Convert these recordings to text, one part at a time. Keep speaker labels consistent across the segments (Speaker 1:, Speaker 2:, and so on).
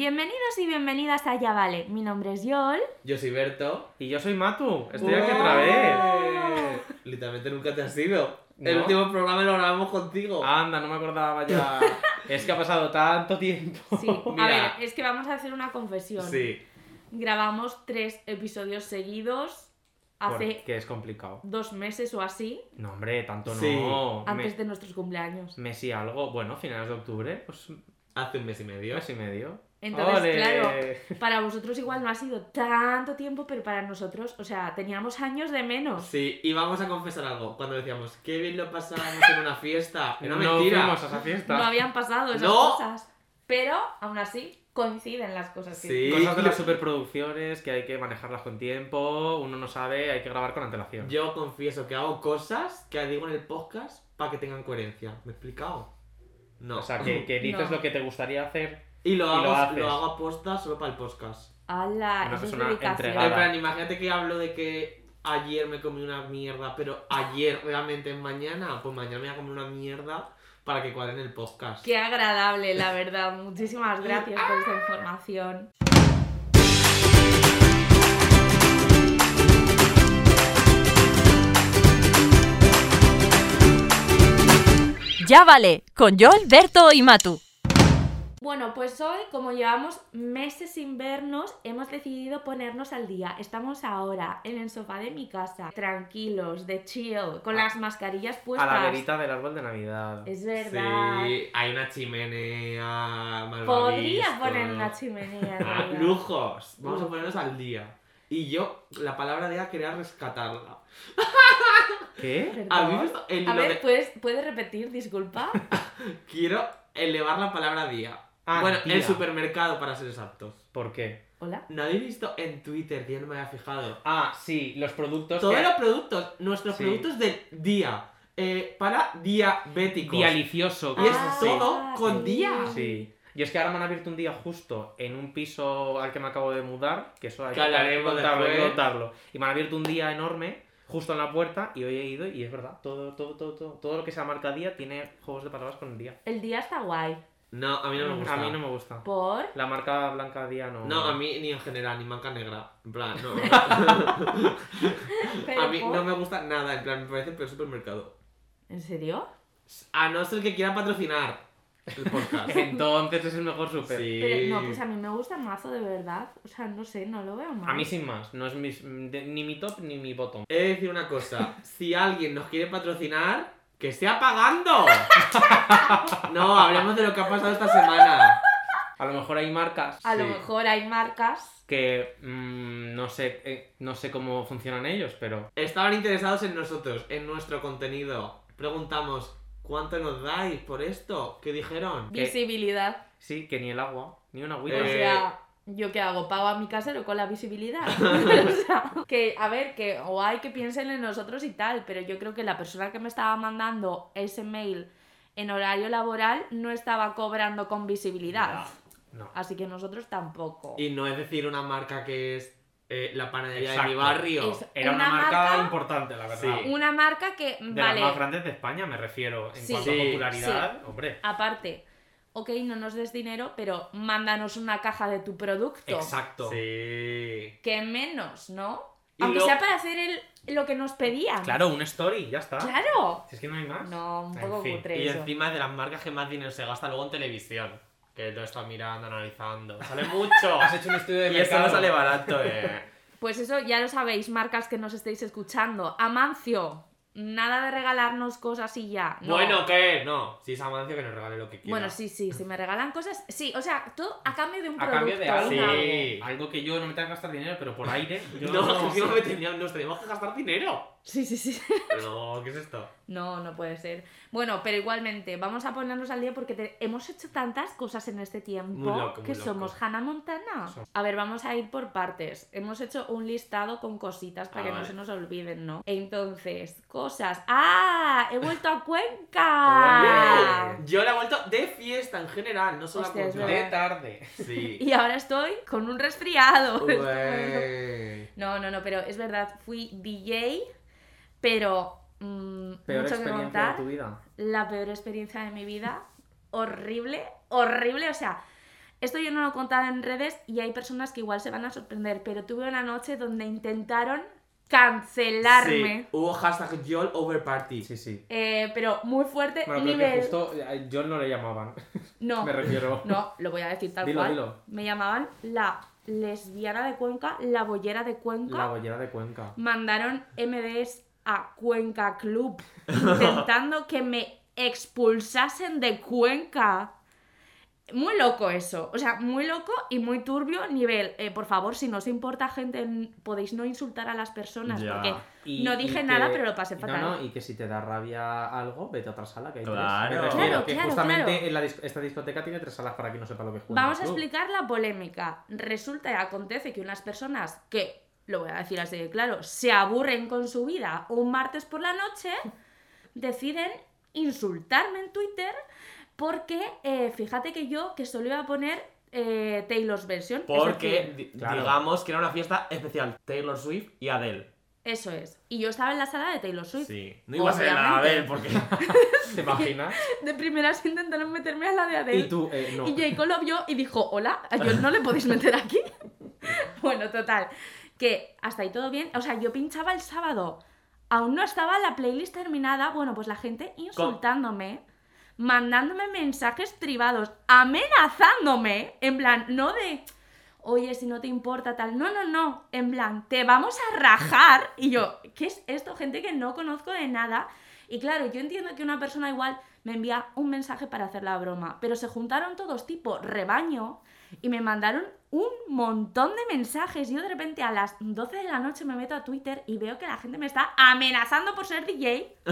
Speaker 1: Bienvenidos y bienvenidas a Ya Vale. Mi nombre es Yol.
Speaker 2: Yo soy Berto.
Speaker 3: Y yo soy Matu, estoy
Speaker 2: ¡Wow!
Speaker 3: aquí otra vez.
Speaker 2: Literalmente nunca te has ido. El
Speaker 3: No.
Speaker 2: último programa lo grabamos contigo.
Speaker 3: Anda, no me acordaba ya. es que ha pasado tanto tiempo.
Speaker 1: Sí, a
Speaker 2: Mira.
Speaker 1: ver, es que vamos a hacer una confesión.
Speaker 2: sí.
Speaker 1: Grabamos tres episodios seguidos hace
Speaker 3: Que es complicado.
Speaker 1: dos meses o así,
Speaker 3: No, hombre, tanto
Speaker 2: Sí.
Speaker 3: no.
Speaker 1: antes
Speaker 3: Me-
Speaker 1: de nuestros cumpleaños.
Speaker 3: Messi algo, bueno, finales de octubre, pues
Speaker 2: Hace un mes y medio.
Speaker 3: mes y medio.
Speaker 1: Entonces,
Speaker 3: ¡Ole!
Speaker 1: claro, para vosotros igual no ha sido tanto tiempo, pero para nosotros, o sea, teníamos años de menos.
Speaker 2: Sí, y vamos a confesar algo. Cuando decíamos, qué bien lo pasábamos en una fiesta. Era
Speaker 3: No
Speaker 2: mentira.
Speaker 3: fuimos a esa fiesta.
Speaker 1: No habían pasado esas
Speaker 2: No.
Speaker 1: cosas. Pero, aún así, coinciden las cosas. que-
Speaker 2: Sí.
Speaker 3: Cosas de las superproducciones que hay que manejarlas con tiempo, uno no sabe, hay que grabar con antelación.
Speaker 2: Yo confieso que hago cosas que digo en el podcast para que tengan coherencia. ¿Me he explicado? No.
Speaker 3: O sea, que, que dices
Speaker 1: No.
Speaker 3: lo que te gustaría hacer.
Speaker 2: y lo
Speaker 3: y
Speaker 2: hago,
Speaker 3: lo
Speaker 2: lo,
Speaker 3: haces.
Speaker 2: hago a posta solo para el podcast.
Speaker 1: ¡Hala!
Speaker 3: Una
Speaker 1: eso es
Speaker 3: persona
Speaker 1: dedicación.
Speaker 3: entregada.
Speaker 2: En plan, imagínate que hablo de que ayer me comí una mierda, pero ayer realmente es mañana, pues mañana me voy a comer una mierda para que cuadren el podcast.
Speaker 1: Qué agradable, la verdad. Muchísimas gracias por esta información.
Speaker 4: Ya vale, con Joel, Berto y Matu.
Speaker 1: Bueno, pues hoy, como llevamos meses sin vernos, hemos decidido ponernos al día. Estamos ahora en el sofá de mi casa, tranquilos, de chill, con
Speaker 3: A-
Speaker 1: las mascarillas
Speaker 3: A la
Speaker 1: puestas.
Speaker 3: verita del árbol de Navidad.
Speaker 1: Es verdad.
Speaker 2: Sí, hay una chimenea.
Speaker 1: Podría
Speaker 2: malvavisco.
Speaker 1: poner una chimenea. en
Speaker 2: Ah,
Speaker 1: realidad.
Speaker 2: lujos. Vamos a ponernos al día. Y yo, la palabra de A quería rescatarla.
Speaker 3: ¿Qué?
Speaker 1: Perdón.
Speaker 2: ¿Habéis visto el
Speaker 1: A
Speaker 2: hilo
Speaker 1: ver,
Speaker 2: de-
Speaker 1: ¿puedes, puedes repetir? Disculpa.
Speaker 2: Quiero elevar la palabra día.
Speaker 3: Ah,
Speaker 2: bueno,
Speaker 3: día.
Speaker 2: el supermercado, para ser exactos.
Speaker 3: ¿Por qué?
Speaker 1: Hola.
Speaker 2: ¿No habéis visto en Twitter que yo no me había fijado?
Speaker 3: Ah, sí, los productos.
Speaker 2: Todos
Speaker 3: que-
Speaker 2: los productos, nuestros
Speaker 3: Sí.
Speaker 2: productos del día, eh, para diabéticos.
Speaker 3: Dialicioso.
Speaker 2: y es
Speaker 1: Ah,
Speaker 2: todo con
Speaker 1: sí.
Speaker 2: día.
Speaker 3: Sí. Y es que ahora me han abierto un día justo en un piso al que me acabo de mudar, que eso hay
Speaker 2: Que hablaremos
Speaker 3: contarlo, hay que
Speaker 2: después.
Speaker 3: contarlo. Y me han abierto un día enorme justo en la puerta y hoy he ido y es verdad, todo todo todo todo, todo lo que sea marca día tiene juegos de palabras con día.
Speaker 1: El día está guay.
Speaker 2: No, a mí no me gusta.
Speaker 3: Mm, A mí no me gusta.
Speaker 1: Por.
Speaker 3: La marca blanca día no.
Speaker 2: No, a mí ni en general, ni manca negra. En plan, no. a
Speaker 1: pero
Speaker 2: mí
Speaker 1: por-
Speaker 2: no me gusta nada, en plan, me parece el peor supermercado.
Speaker 1: ¿En serio?
Speaker 2: A no ser que quiera patrocinar el podcast.
Speaker 3: Entonces es el mejor super.
Speaker 2: Sí.
Speaker 1: Pero no, pues a mí me gusta mazo de verdad. O sea, no sé, no lo veo mal.
Speaker 3: A mí sin más, no es mi- de- ni mi top ni mi bottom.
Speaker 2: He de decir una cosa. Si alguien nos quiere patrocinar, que sea pagando. No, hablemos de lo que ha pasado esta semana.
Speaker 3: A lo mejor hay marcas
Speaker 1: A lo
Speaker 2: Sí.
Speaker 1: mejor hay marcas.
Speaker 3: que mm, no sé eh, no sé cómo funcionan ellos, pero
Speaker 2: Estaban interesados en nosotros, en nuestro contenido. Preguntamos, ¿cuánto nos dais por esto? ¿Qué dijeron?
Speaker 3: ¿Qué?
Speaker 1: Visibilidad.
Speaker 3: sí, que ni el agua, ni una agüita.
Speaker 1: O
Speaker 2: Eh,
Speaker 1: sea, ¿yo qué hago? ¿Pago a mi casero con la visibilidad? o sea, que, a ver, que o hay que piensen en nosotros y tal, pero yo creo que la persona que me estaba mandando ese mail en horario laboral no estaba cobrando con visibilidad.
Speaker 3: No.
Speaker 1: Así que nosotros tampoco.
Speaker 2: Y no es decir una marca que es eh, la panadería
Speaker 3: Exacto.
Speaker 2: de mi barrio.
Speaker 1: Eso.
Speaker 3: Era una,
Speaker 1: Una
Speaker 3: marca,
Speaker 1: marca-
Speaker 3: importante, la verdad.
Speaker 2: Sí.
Speaker 1: Una marca que,
Speaker 3: De
Speaker 1: vale,
Speaker 3: las más grandes de España, me refiero. En
Speaker 1: Sí.
Speaker 3: cuanto a
Speaker 2: Sí,
Speaker 3: popularidad, hombre.
Speaker 1: aparte, ok, no nos des dinero, pero mándanos una caja de tu producto.
Speaker 3: Exacto.
Speaker 2: Sí.
Speaker 1: que menos, ¿no?
Speaker 2: Y
Speaker 1: Aunque
Speaker 2: lo-
Speaker 1: sea para hacer el, lo que nos pedían.
Speaker 3: Claro, un story, ya está.
Speaker 1: Claro.
Speaker 3: Si es que no hay más.
Speaker 1: No, un
Speaker 3: En
Speaker 1: poco
Speaker 3: fin.
Speaker 1: cutre
Speaker 2: Y
Speaker 1: eso.
Speaker 2: encima es de las marcas que más dinero se gasta luego en televisión. Que lo está mirando, analizando. Sale mucho.
Speaker 3: Has hecho un estudio de
Speaker 2: y eso no
Speaker 3: mercado.
Speaker 2: sale barato, eh.
Speaker 1: Pues eso ya lo sabéis, marcas que nos estáis escuchando. Amancio, nada de regalarnos cosas y ya. no.
Speaker 2: Bueno, ¿qué? No. Si es Amancio que nos regale lo que quiera.
Speaker 1: Bueno, sí, sí, si me regalan cosas. Sí, o sea, todo a cambio de un
Speaker 3: A
Speaker 1: producto.
Speaker 3: cambio de algo.
Speaker 2: Sí.
Speaker 3: algo- Algo que yo no me tenga que gastar dinero, pero por aire. Yo
Speaker 2: No, encima me tenía- nos teníamos que gastar dinero.
Speaker 1: Sí, sí, sí.
Speaker 2: No, ¿qué es esto?
Speaker 1: No, no puede ser. Bueno, pero igualmente, vamos a ponernos al día porque te- hemos hecho tantas cosas en este tiempo
Speaker 2: Muy loco, muy
Speaker 1: que
Speaker 2: loco.
Speaker 1: somos Hannah Montana.
Speaker 3: Som-
Speaker 1: A ver, vamos a ir por partes. Hemos hecho un listado con cositas para
Speaker 2: Ah,
Speaker 1: que no
Speaker 2: vale.
Speaker 1: se nos olviden, ¿no? Entonces, cosas. ¡Ah! ¡He vuelto a Cuenca!
Speaker 3: Ah.
Speaker 2: Yo la he vuelto de fiesta en general, no solo a
Speaker 1: Hostia, es
Speaker 2: cultural.
Speaker 3: de tarde.
Speaker 2: Sí.
Speaker 1: y ahora estoy con un resfriado.
Speaker 2: Ué.
Speaker 1: No, no, no, pero es verdad, fui DJ, pero... mm,
Speaker 3: Peor
Speaker 1: mucho que
Speaker 3: experiencia de
Speaker 1: contar. Eh,
Speaker 3: tu vida.
Speaker 1: la peor experiencia de mi vida. Horrible, horrible. O sea, Esto yo no lo he contado en redes y hay personas que igual se van a sorprender, pero tuve una noche donde intentaron cancelarme.
Speaker 5: Sí, hubo hashtag YOL over party.
Speaker 3: Sí, sí.
Speaker 1: Eh, pero muy fuerte
Speaker 3: Bueno, creo
Speaker 1: nivel.
Speaker 3: que justo a John no le llamaban.
Speaker 1: No,
Speaker 3: Me refiero.
Speaker 1: no, lo voy a decir tal
Speaker 3: Dilo,
Speaker 1: cual.
Speaker 3: dilo.
Speaker 1: Me llamaban la lesbiana de Cuenca, la bollera de Cuenca.
Speaker 3: La bollera de Cuenca.
Speaker 1: Mandaron MDs a Cuenca Club intentando que me expulsasen de Cuenca. Muy loco eso, o sea, muy loco y muy turbio nivel. eh, por favor, si no os importa gente, n- podéis no insultar a las personas
Speaker 2: Ya.
Speaker 1: porque
Speaker 3: Y-
Speaker 1: no
Speaker 3: y
Speaker 1: dije
Speaker 3: que-
Speaker 1: nada, pero lo pasé fatal.
Speaker 3: No, no, y que si te da rabia algo, vete a otra sala que hay
Speaker 2: Claro.
Speaker 3: tres. Me refiero
Speaker 1: Claro,
Speaker 3: que
Speaker 1: claro,
Speaker 3: justamente
Speaker 1: claro.
Speaker 3: en la dis- esta discoteca tiene tres salas para que no sepa lo que juega.
Speaker 1: Vamos a explicar la polémica. Resulta y acontece que unas personas que, lo voy a decir así de claro, se aburren con su vida un martes por la noche, deciden insultarme en Twitter porque eh, fíjate que yo que solo iba a poner eh, Taylor's version. es
Speaker 2: Porque
Speaker 1: decir,
Speaker 2: di-
Speaker 3: claro.
Speaker 2: digamos que era una fiesta especial. Taylor Swift y Adele.
Speaker 1: eso es. Y yo estaba en la sala de Taylor Swift.
Speaker 2: Sí. No iba a ser la
Speaker 1: Obviamente.
Speaker 2: Adele porque.
Speaker 3: ¿Te imaginas?
Speaker 1: De primeras intentaron meterme a la de Adele.
Speaker 3: y tú, eh, no.
Speaker 1: Y Jacob lo vio y dijo, hola, ¿a Joel no le podéis meter aquí? bueno, total, que hasta ahí todo bien. O sea, yo pinchaba el sábado, aún no estaba la playlist terminada, bueno, pues la gente insultándome, mandándome mensajes privados, amenazándome, en plan, no de... Oye, si no te importa tal. No, no, no. En plan, te vamos a rajar. Y yo, ¿qué es esto? Gente que no conozco de nada. Y claro, yo entiendo que una persona igual me envía un mensaje para hacer la broma, pero se juntaron todos tipo rebaño y me mandaron un montón de mensajes. Yo de repente a las 12 de la noche me meto a Twitter y veo que la gente me está amenazando por ser DJ.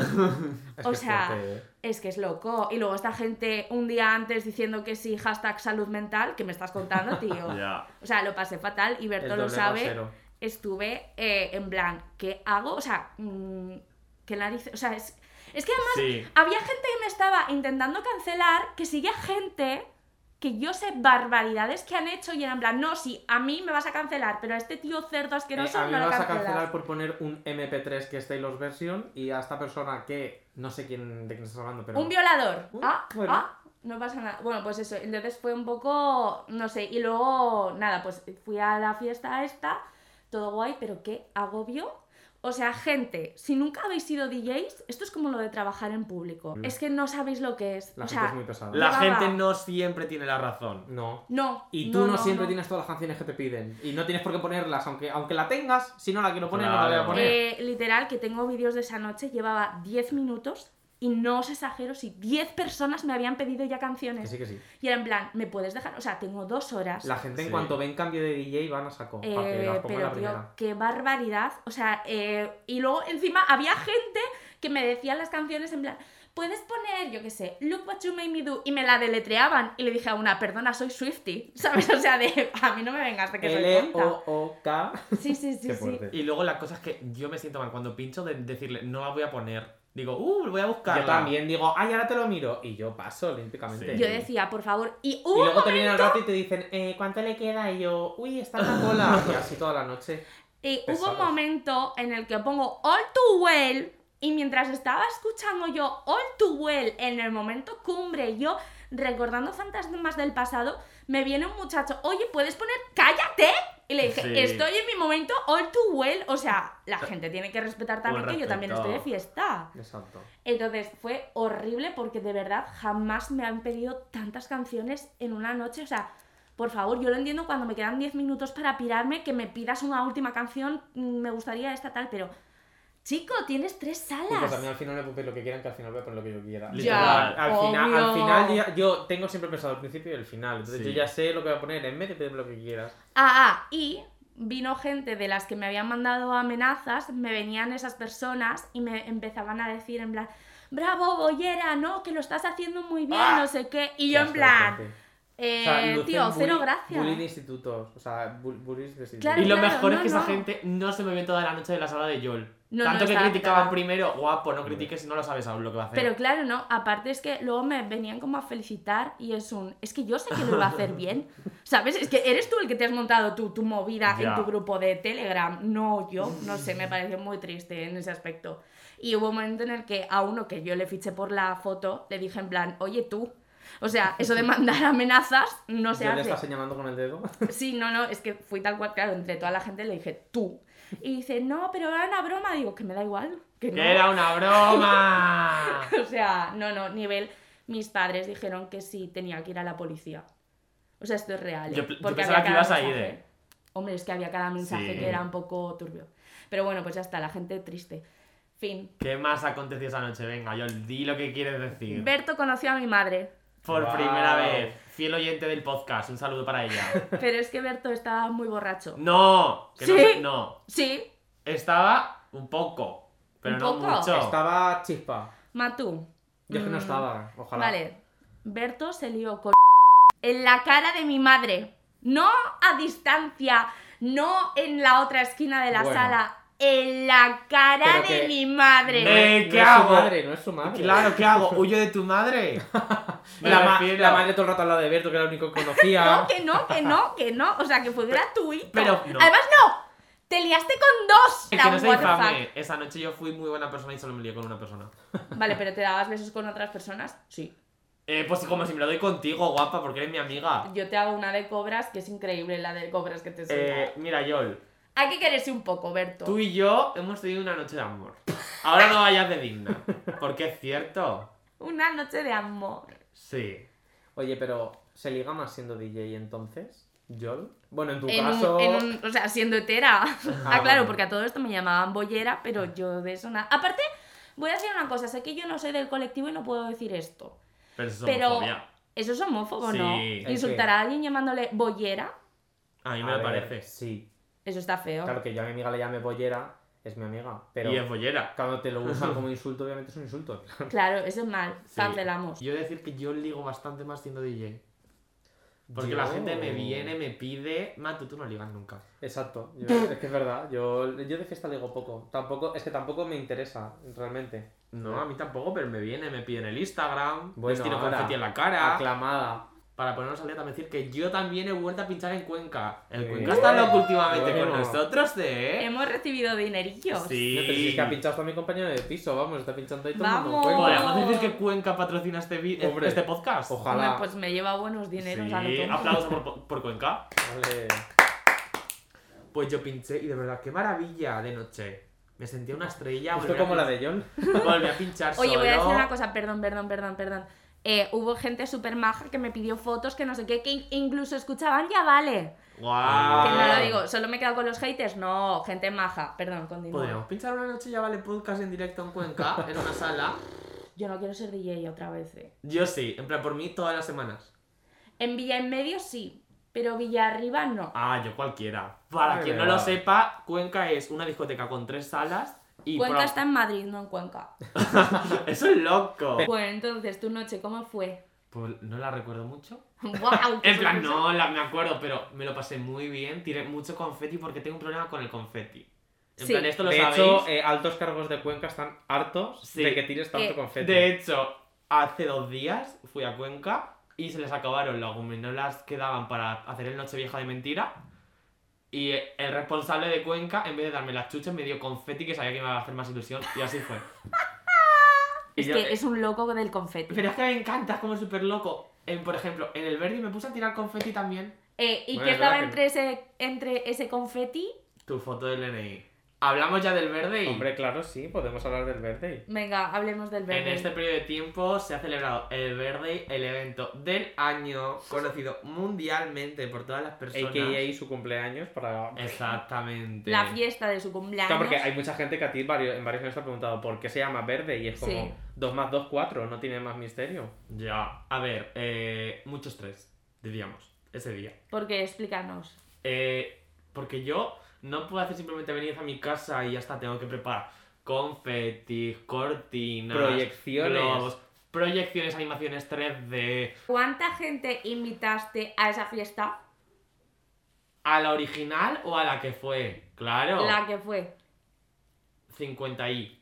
Speaker 3: Es
Speaker 1: o
Speaker 3: que es
Speaker 1: sea,
Speaker 3: fuerte, eh.
Speaker 1: Es que es loco. Y luego esta gente un día antes diciendo que sí, hashtag salud mental, que me estás contando, tío.
Speaker 2: ya.
Speaker 1: O sea, lo pasé fatal y
Speaker 3: El
Speaker 1: Berto lo
Speaker 3: doble
Speaker 1: sabe
Speaker 3: rasero.
Speaker 1: estuve eh, en plan, ¿qué hago? O sea, mm, ¿qué narices? O sea, es, es que además
Speaker 2: Sí.
Speaker 1: había gente que me estaba intentando cancelar, que sigue a gente que yo sé barbaridades que han hecho y eran en plan, no, sí, a mí me vas a cancelar, pero a este tío cerdo asqueroso
Speaker 3: Eh, a mí
Speaker 1: no
Speaker 3: me
Speaker 1: lo
Speaker 3: vas a
Speaker 1: cancelas.
Speaker 3: cancelar por poner un MP3 que es Taylor's version y a esta persona que no sé quién de quién estás hablando, pero.
Speaker 1: Un violador.
Speaker 3: Uh,
Speaker 1: ah,
Speaker 3: bueno.
Speaker 1: ah, no pasa nada. Bueno, pues eso. Entonces fue un poco, no sé. Y luego, nada, pues fui a la fiesta esta, todo guay, pero qué agobio. O sea, gente, si nunca habéis sido DJs, esto es como lo de trabajar en público. Es que no sabéis lo que es.
Speaker 3: Mm. La
Speaker 1: o
Speaker 3: gente
Speaker 1: sea,
Speaker 3: es muy pesada.
Speaker 2: La
Speaker 1: Llevaba-
Speaker 2: gente no siempre tiene la razón.
Speaker 3: No.
Speaker 1: no.
Speaker 3: Y tú no, siempre
Speaker 1: no.
Speaker 3: tienes todas las canciones que te piden. Y no tienes por qué ponerlas, aunque, aunque la tengas, si no la quiero poner, no la voy a
Speaker 2: Claro.
Speaker 3: poner.
Speaker 1: Eh, literal, que tengo vídeos de esa noche, llevaba 10 minutos y no os exagero si 10 personas me habían pedido ya
Speaker 3: que
Speaker 1: canciones.
Speaker 3: sí, que sí.
Speaker 1: Y era en plan, ¿me puedes dejar? O sea, tengo dos horas.
Speaker 3: La gente en
Speaker 2: Sí.
Speaker 3: cuanto ven cambio de DJ van a saco. para que
Speaker 1: Eh,
Speaker 3: Ah, las pongan
Speaker 1: pero tío,
Speaker 3: la primera.
Speaker 1: qué barbaridad. O sea, eh, y luego encima había gente que me decía las canciones en plan, puedes poner, yo qué sé, Look What You Made Me Do, y me la deletreaban. Y le dije a una, perdona, soy Swifty, ¿sabes? O sea, de, a mí no me vengas de que soy tonta.
Speaker 3: L-O-O-K.
Speaker 1: Sí, sí, sí,
Speaker 3: Qué
Speaker 1: sí.
Speaker 3: fuerte.
Speaker 2: Y luego la cosa es que yo me siento mal cuando pincho de decirle, no la voy a poner. Digo, uh, voy a buscarla.
Speaker 3: Yo también digo, ay, ahora te lo miro. Y yo paso olímpicamente.
Speaker 2: Sí.
Speaker 1: Yo decía, por favor, y
Speaker 3: Y
Speaker 1: hubo un
Speaker 3: luego te vienen al rato y te dicen, eh, ¿cuánto le queda? Y yo, uy, está en la cola. Y así toda la noche.
Speaker 1: Y hubo
Speaker 3: Pesados.
Speaker 1: un momento en el que pongo All Too Well y mientras estaba escuchando yo All Too Well en el momento cumbre, yo recordando fantasmas del pasado, me viene un muchacho, oye, ¿puedes poner Cállate? Y le dije,
Speaker 2: Sí.
Speaker 1: estoy en mi momento All Too Well. O sea, la gente tiene que respetar también que yo también estoy
Speaker 2: respeto.
Speaker 1: de fiesta.
Speaker 3: Exacto.
Speaker 1: Entonces fue horrible porque de verdad jamás me han pedido tantas canciones en una noche. O sea, por favor, yo lo entiendo cuando me quedan 10 minutos para pirarme, que me pidas una última canción, mm, me gustaría esta tal, pero chico, tienes tres
Speaker 3: Y pues a
Speaker 1: salas.
Speaker 3: mí al final me pongo lo que quieran, que al final voy a poner lo que yo quiera.
Speaker 2: Ya,
Speaker 3: al, al final,
Speaker 1: obvio.
Speaker 3: al final yo, ya- yo tengo siempre pensado al principio y el final. Entonces
Speaker 2: Sí.
Speaker 3: yo ya sé lo que voy a poner en medio, pedirme lo que quieras.
Speaker 1: Ah, ah, y vino gente de las que me habían mandado amenazas, me venían esas personas y me empezaban a decir en plan, bravo, bollera, no, que lo estás haciendo muy bien, no sé qué. Y yo en
Speaker 3: Qué asco de
Speaker 1: plan,
Speaker 3: Ah, gente.
Speaker 1: eh,
Speaker 3: O sea, lucen
Speaker 1: tío, cero
Speaker 3: bully-
Speaker 1: gracias.
Speaker 3: Bullying institutos. O sea, bu- bullying de institutos.
Speaker 1: Claro,
Speaker 2: Y lo mejor
Speaker 1: no,
Speaker 2: es que
Speaker 1: no.
Speaker 2: esa gente no se me ve toda la noche de la sala de Yol.
Speaker 1: No,
Speaker 2: Tanto
Speaker 1: no,
Speaker 2: que
Speaker 1: exacto.
Speaker 2: criticaban primero, guapo, no critiques si no lo sabes aún lo que va a hacer.
Speaker 1: Pero claro, no, aparte es que luego me venían como a felicitar y es un, es que yo sé que lo iba a hacer bien, ¿sabes? Es que eres tú el que te has montado tu, tu movida
Speaker 2: Ya.
Speaker 1: en tu grupo de Telegram, no yo, no sé, me pareció muy triste en ese aspecto. Y hubo un momento en el que a uno que yo le fiché por la foto, le dije en plan, oye tú, O sea, eso de mandar amenazas no se
Speaker 3: Ya le
Speaker 1: hace.
Speaker 3: está señalando con el dedo.
Speaker 1: Sí, no, no, es que fui tal cual, claro, entre toda la gente le dije tú. Y dice, no, pero era una broma. Digo, que me da igual. Que no.
Speaker 2: ¡Que era una broma!
Speaker 1: O sea, no, no, nivel. Mis padres dijeron que sí tenía que ir a la policía. O sea, esto es real. ¿eh?
Speaker 2: Yo pl- yo
Speaker 1: Porque
Speaker 2: pensaba
Speaker 1: había
Speaker 2: que
Speaker 1: cada
Speaker 2: ibas a ir,
Speaker 1: mensaje.
Speaker 2: ¿eh?
Speaker 1: Hombre, es que había cada mensaje
Speaker 2: Sí.
Speaker 1: que era un poco turbio. Pero bueno, pues ya está, la gente triste. Fin.
Speaker 2: ¿Qué más aconteció esa noche? Venga, yo di lo que quieres decir.
Speaker 1: Berto conoció a mi madre.
Speaker 2: Por
Speaker 3: Wow.
Speaker 2: primera vez. Fiel oyente del podcast. Un saludo para ella.
Speaker 1: Pero es que Berto estaba muy borracho.
Speaker 2: ¡No! Que no
Speaker 1: ¿Sí?
Speaker 2: sé- No.
Speaker 1: Sí,
Speaker 2: Estaba un poco. Pero
Speaker 1: ¿Un
Speaker 2: no
Speaker 1: poco?
Speaker 2: mucho.
Speaker 3: Estaba chispa.
Speaker 1: Matú.
Speaker 3: Yo es que no
Speaker 1: Mm,
Speaker 3: estaba, ojalá.
Speaker 1: Vale. Berto se lió con en la cara de mi madre. No a distancia, no en la otra esquina de la
Speaker 3: Bueno.
Speaker 1: sala. En la cara
Speaker 3: Pero
Speaker 1: de
Speaker 3: que-
Speaker 1: mi madre.
Speaker 2: Me-
Speaker 3: no
Speaker 2: ¿qué
Speaker 3: es
Speaker 2: hago?
Speaker 3: su madre, no es su madre.
Speaker 2: Claro, ¿qué hago? ¿Huyo de tu madre? Me
Speaker 3: La, ma-
Speaker 2: refiero-
Speaker 3: la madre todo el rato al lado de Berto, que era el único que
Speaker 1: No,
Speaker 3: conocía.
Speaker 1: que no, que no, que no. O sea, que fue gratuito.
Speaker 2: pero no.
Speaker 1: Además, no. Te liaste con dos.
Speaker 2: Es
Speaker 1: la
Speaker 2: que no eh. se
Speaker 1: what the
Speaker 2: infame. Esa noche yo fui muy buena persona y solo me lié con una persona.
Speaker 1: fuck. Vale, pero ¿te dabas besos con otras personas? Sí.
Speaker 2: Eh, pues como si me lo doy contigo, guapa, porque eres mi amiga.
Speaker 1: Yo te hago una de cobras que es increíble la de cobras que te suelta.
Speaker 2: Eh, mira, Yol,
Speaker 1: Hay que quererse un poco, Berto.
Speaker 2: tú y yo hemos tenido una noche de amor. Ahora no vayas de digna. Porque es cierto.
Speaker 1: Una noche de amor.
Speaker 2: Sí.
Speaker 3: Oye, pero ¿se liga más siendo DJ entonces? ¿Yol? Bueno, en tu
Speaker 1: en un-
Speaker 3: caso.
Speaker 1: en un- o sea, siendo hetera. Ah, claro,
Speaker 3: bueno.
Speaker 1: porque a todo esto me llamaban bollera, pero yo de eso nada. Aparte, voy a decir una cosa, sé que yo no soy del colectivo y no puedo decir esto.
Speaker 2: Pero eso es
Speaker 1: pero
Speaker 2: homofobia.
Speaker 1: eso es homófobo,
Speaker 2: Sí.
Speaker 1: ¿no?
Speaker 2: ¿El
Speaker 3: qué?
Speaker 1: Insultar a alguien llamándole bollera,
Speaker 2: A mí
Speaker 3: A
Speaker 2: me lo
Speaker 3: ver,
Speaker 2: parece.
Speaker 3: Sí.
Speaker 1: eso está feo.
Speaker 3: Claro que yo a mi amiga le llame bollera, es mi amiga. Pero
Speaker 2: Y es bollera.
Speaker 3: cuando te lo usan como insulto, obviamente es un insulto.
Speaker 1: Claro, eso es mal. Cancelamos.
Speaker 2: Yo he de decir que yo ligo bastante más siendo DJ. Porque la
Speaker 3: Yo-
Speaker 2: gente me viene, me pide. Matu, tú no ligas nunca.
Speaker 3: Exacto, yo- es que es verdad. Yo, yo de fiesta digo poco. Tampoco, es que tampoco me interesa, realmente.
Speaker 2: No, a mí tampoco, pero me viene, me piden el Instagram.
Speaker 3: Bueno,
Speaker 2: les tiro
Speaker 3: ahora,
Speaker 2: confeti en la cara.
Speaker 3: Aclamada.
Speaker 2: Para ponernos al día también decir que yo también he vuelto a pinchar en Cuenca. El
Speaker 3: Eh,
Speaker 2: Cuenca está loco últimamente con
Speaker 3: bueno.
Speaker 2: nosotros, ¿eh?
Speaker 1: Hemos recibido dinerillos.
Speaker 2: Sí.
Speaker 3: No, pero si es que ha pinchado hasta mi compañero de piso, vamos, está pinchando ahí todo el mundo.
Speaker 1: Vamos.
Speaker 3: en Cuenca.
Speaker 2: Podemos decir que Cuenca patrocina este, vi- eh,
Speaker 3: Hombre.
Speaker 2: este podcast.
Speaker 1: Hombre,
Speaker 3: Ojalá.
Speaker 1: pues me lleva buenos dineros a lo
Speaker 2: Sí,
Speaker 1: tonto.
Speaker 2: aplausos por, por Cuenca.
Speaker 3: Vale.
Speaker 2: Pues yo pinché y de verdad, qué maravilla de noche. Me sentía una estrella.
Speaker 3: Justo
Speaker 2: volví a
Speaker 3: como la
Speaker 2: pinchar-
Speaker 3: de John.
Speaker 2: Volví a pinchar
Speaker 1: Oye, voy a decir
Speaker 2: solo.
Speaker 1: una cosa, perdón, perdón, perdón, perdón. Eh, hubo gente súper maja que me pidió fotos, que no sé qué, que in- incluso escuchaban ya vale.
Speaker 2: Guau.
Speaker 1: Que no
Speaker 2: Ah.
Speaker 1: lo digo, solo me he quedado con los haters. No, gente maja, perdón, continúa.
Speaker 2: Podríamos pinchar una noche ya vale podcast en directo en Cuenca, en una sala.
Speaker 1: Yo no quiero ser DJ otra vez. eh.
Speaker 2: Yo sí, en plan por mí todas las semanas.
Speaker 1: En Villa en Medio sí, pero Villa Arriba no.
Speaker 2: Ah, yo cualquiera. Para
Speaker 3: Ay,
Speaker 2: quien no
Speaker 3: verdad.
Speaker 2: lo sepa, Cuenca es una discoteca con tres salas y
Speaker 1: Cuenca
Speaker 2: pro-
Speaker 1: está en Madrid, no en Cuenca.
Speaker 2: Eso es loco.
Speaker 1: Bueno, entonces, tu noche, ¿cómo fue?
Speaker 2: Pues no la recuerdo mucho.
Speaker 1: ¡Guau! qué
Speaker 2: En plan,
Speaker 1: sorpresa.
Speaker 2: no, la, me acuerdo, pero me lo pasé muy bien. Tiré mucho confeti porque tengo un problema con el confeti. En
Speaker 1: Sí.
Speaker 2: plan, esto lo
Speaker 3: de
Speaker 2: sabéis.
Speaker 3: hecho, eh, altos cargos de Cuenca están hartos
Speaker 2: Sí.
Speaker 3: de que tires tanto
Speaker 1: Eh,
Speaker 3: confeti.
Speaker 2: De hecho, hace dos días fui a Cuenca y se les acabaron las gominolas que daban para hacer el Nochevieja de mentira. Y el responsable de Cuenca, en vez de darme las chuches, me dio confeti que sabía que me iba a hacer más ilusión. Y así fue. Y
Speaker 1: Es
Speaker 2: yo-
Speaker 1: que es un loco del confeti.
Speaker 2: Pero es que me encanta, es como súper loco. En, por ejemplo, en el verde me puse a tirar confeti también.
Speaker 1: Eh, ¿Y
Speaker 3: Bueno,
Speaker 1: qué
Speaker 3: es
Speaker 1: estaba
Speaker 3: verdad
Speaker 1: entre ese, entre ese confeti?
Speaker 2: Tu foto del NI. Hablamos ya del verde y
Speaker 3: Hombre, claro, sí, podemos hablar del verde.
Speaker 1: Venga, hablemos del
Speaker 2: en
Speaker 1: verde.
Speaker 2: este periodo de tiempo se ha celebrado el verde, el evento del año, conocido mundialmente por todas las personas.
Speaker 3: AKA su cumpleaños para.
Speaker 2: Exactamente.
Speaker 1: La fiesta de su cumpleaños.
Speaker 3: Claro, porque hay mucha gente que a ti varios, en varios años te ha preguntado por qué se llama verde y es como
Speaker 1: Sí.
Speaker 3: 2 más 2, 4, no tiene más misterio.
Speaker 2: Ya. A ver, eh, mucho estrés, diríamos, ese día.
Speaker 1: Porque explícanos.
Speaker 2: Eh, porque yo no puedo hacer simplemente venir a mi casa y ya está, tengo que preparar confetis, cortinas,
Speaker 3: Proyecciones.
Speaker 2: globos, proyecciones, animaciones 3D.
Speaker 1: ¿Cuánta gente invitaste a esa fiesta?
Speaker 2: ¿A la original o a la que fue? Claro.
Speaker 1: La que fue.
Speaker 2: 50 y.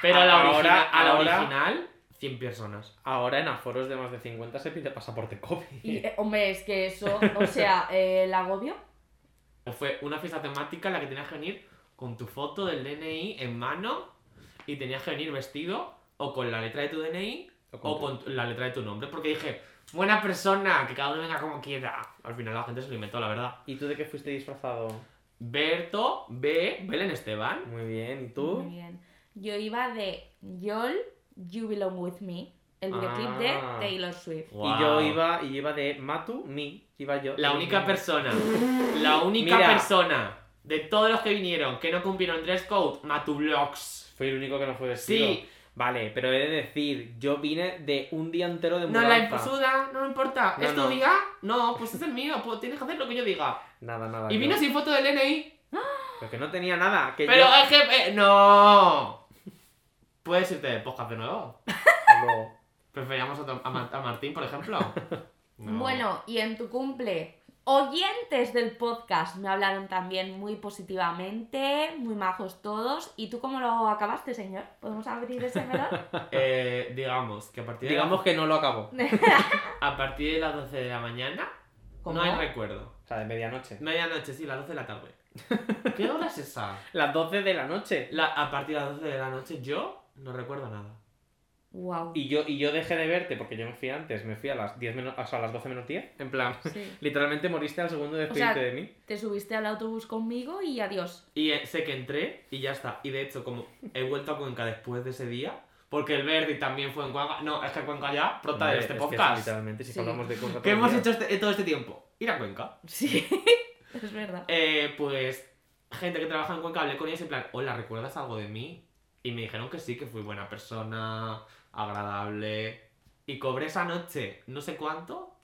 Speaker 2: Pero a la,
Speaker 3: Ahora-
Speaker 2: origina- a la
Speaker 3: ahora-
Speaker 2: original, 100 personas.
Speaker 3: Ahora en aforos de más de 50 se pide pasaporte COVID.
Speaker 1: Y, eh, hombre, es que eso, o sea, eh, el agobio.
Speaker 2: Fue una fiesta temática en la que tenías que venir con tu foto del DNI en mano y tenías que venir vestido o con la letra de tu DNI
Speaker 3: O
Speaker 2: O con tu- la letra de tu nombre, porque dije, buena persona, que cada uno venga como quiera. Al final la gente se lo inventó, la verdad.
Speaker 3: ¿Y tú de qué fuiste disfrazado?
Speaker 2: Berto, B, Belén Esteban.
Speaker 3: Muy bien, ¿y
Speaker 1: Muy
Speaker 3: tú?
Speaker 1: bien. Yo iba de Yol, You Belong With Me, el videoclip
Speaker 3: Ah.
Speaker 1: de Taylor Swift.
Speaker 2: Guau.
Speaker 3: Y yo iba, y yo iba de Matu, mi, iba yo.
Speaker 2: La
Speaker 3: y
Speaker 2: única
Speaker 3: mi-
Speaker 2: persona, la única
Speaker 3: Mira.
Speaker 2: persona de todos los que vinieron que no cumplieron dress code, Matublogs.
Speaker 3: Fui el único que no fue vestido.
Speaker 2: Sí,
Speaker 3: Vale, pero he de decir, yo vine de un día entero de
Speaker 2: no
Speaker 3: mudanza.
Speaker 2: la imposuda, no me importa.
Speaker 3: No,
Speaker 2: ¿Es tu
Speaker 3: no.
Speaker 2: día? No, pues es el mío, pues tienes que hacer lo que yo diga.
Speaker 3: Nada, nada.
Speaker 2: Y
Speaker 3: yo-
Speaker 2: vino sin foto del NI.
Speaker 3: Pero que no tenía nada. Que
Speaker 2: Pero
Speaker 3: Eh, yo...
Speaker 2: el jefe, no. Puedes irte de podcast de nuevo.
Speaker 3: Luego,
Speaker 2: Preferíamos a, Tom- a Ma- a Martín, por ejemplo. No.
Speaker 1: Bueno, y en tu cumple, oyentes del podcast me hablaron también muy positivamente, muy majos todos. ¿Y tú cómo lo acabaste, señor? ¿Podemos abrir ese melón?
Speaker 2: Eh, digamos que a partir de
Speaker 3: Digamos que no lo acabó.
Speaker 2: a partir de las 12 de la mañana
Speaker 1: ¿Cómo?
Speaker 2: no hay recuerdo.
Speaker 3: O sea, de medianoche.
Speaker 2: Medianoche, sí, las 12 de la tarde. ¿Qué hora es esa?
Speaker 3: Las 12 de la noche.
Speaker 2: La- a partir de las 12 de la noche yo no recuerdo nada.
Speaker 1: wow.
Speaker 3: Y yo, y yo dejé de verte porque yo me fui antes, me fui a las 10 menos, o sea, a las 12 menos 10. En plan, literalmente moriste al segundo de despedirte
Speaker 1: O sea,
Speaker 3: de mí.
Speaker 1: Te subiste al autobús conmigo y adiós.
Speaker 2: Y eh, sé que entré y ya está. Y de hecho, como he vuelto a Cuenca después de ese día, porque el Verdi también fue en Cuenca. No, es que Cuenca ya prota de
Speaker 3: Hombre,
Speaker 2: este
Speaker 3: es que
Speaker 2: podcast.
Speaker 3: literalmente, si
Speaker 1: Sí.
Speaker 3: hablamos de cosas
Speaker 2: ¿Qué
Speaker 3: todo el
Speaker 2: hemos
Speaker 3: día.
Speaker 2: hecho este- todo este tiempo? Ir a Cuenca.
Speaker 1: Sí, es verdad.
Speaker 2: Eh, pues, gente que trabaja en Cuenca, hablé con ellos en plan, hola, ¿recuerdas algo de mí? Y me dijeron que sí, que fui buena persona, agradable. Y cobré esa noche no sé cuánto,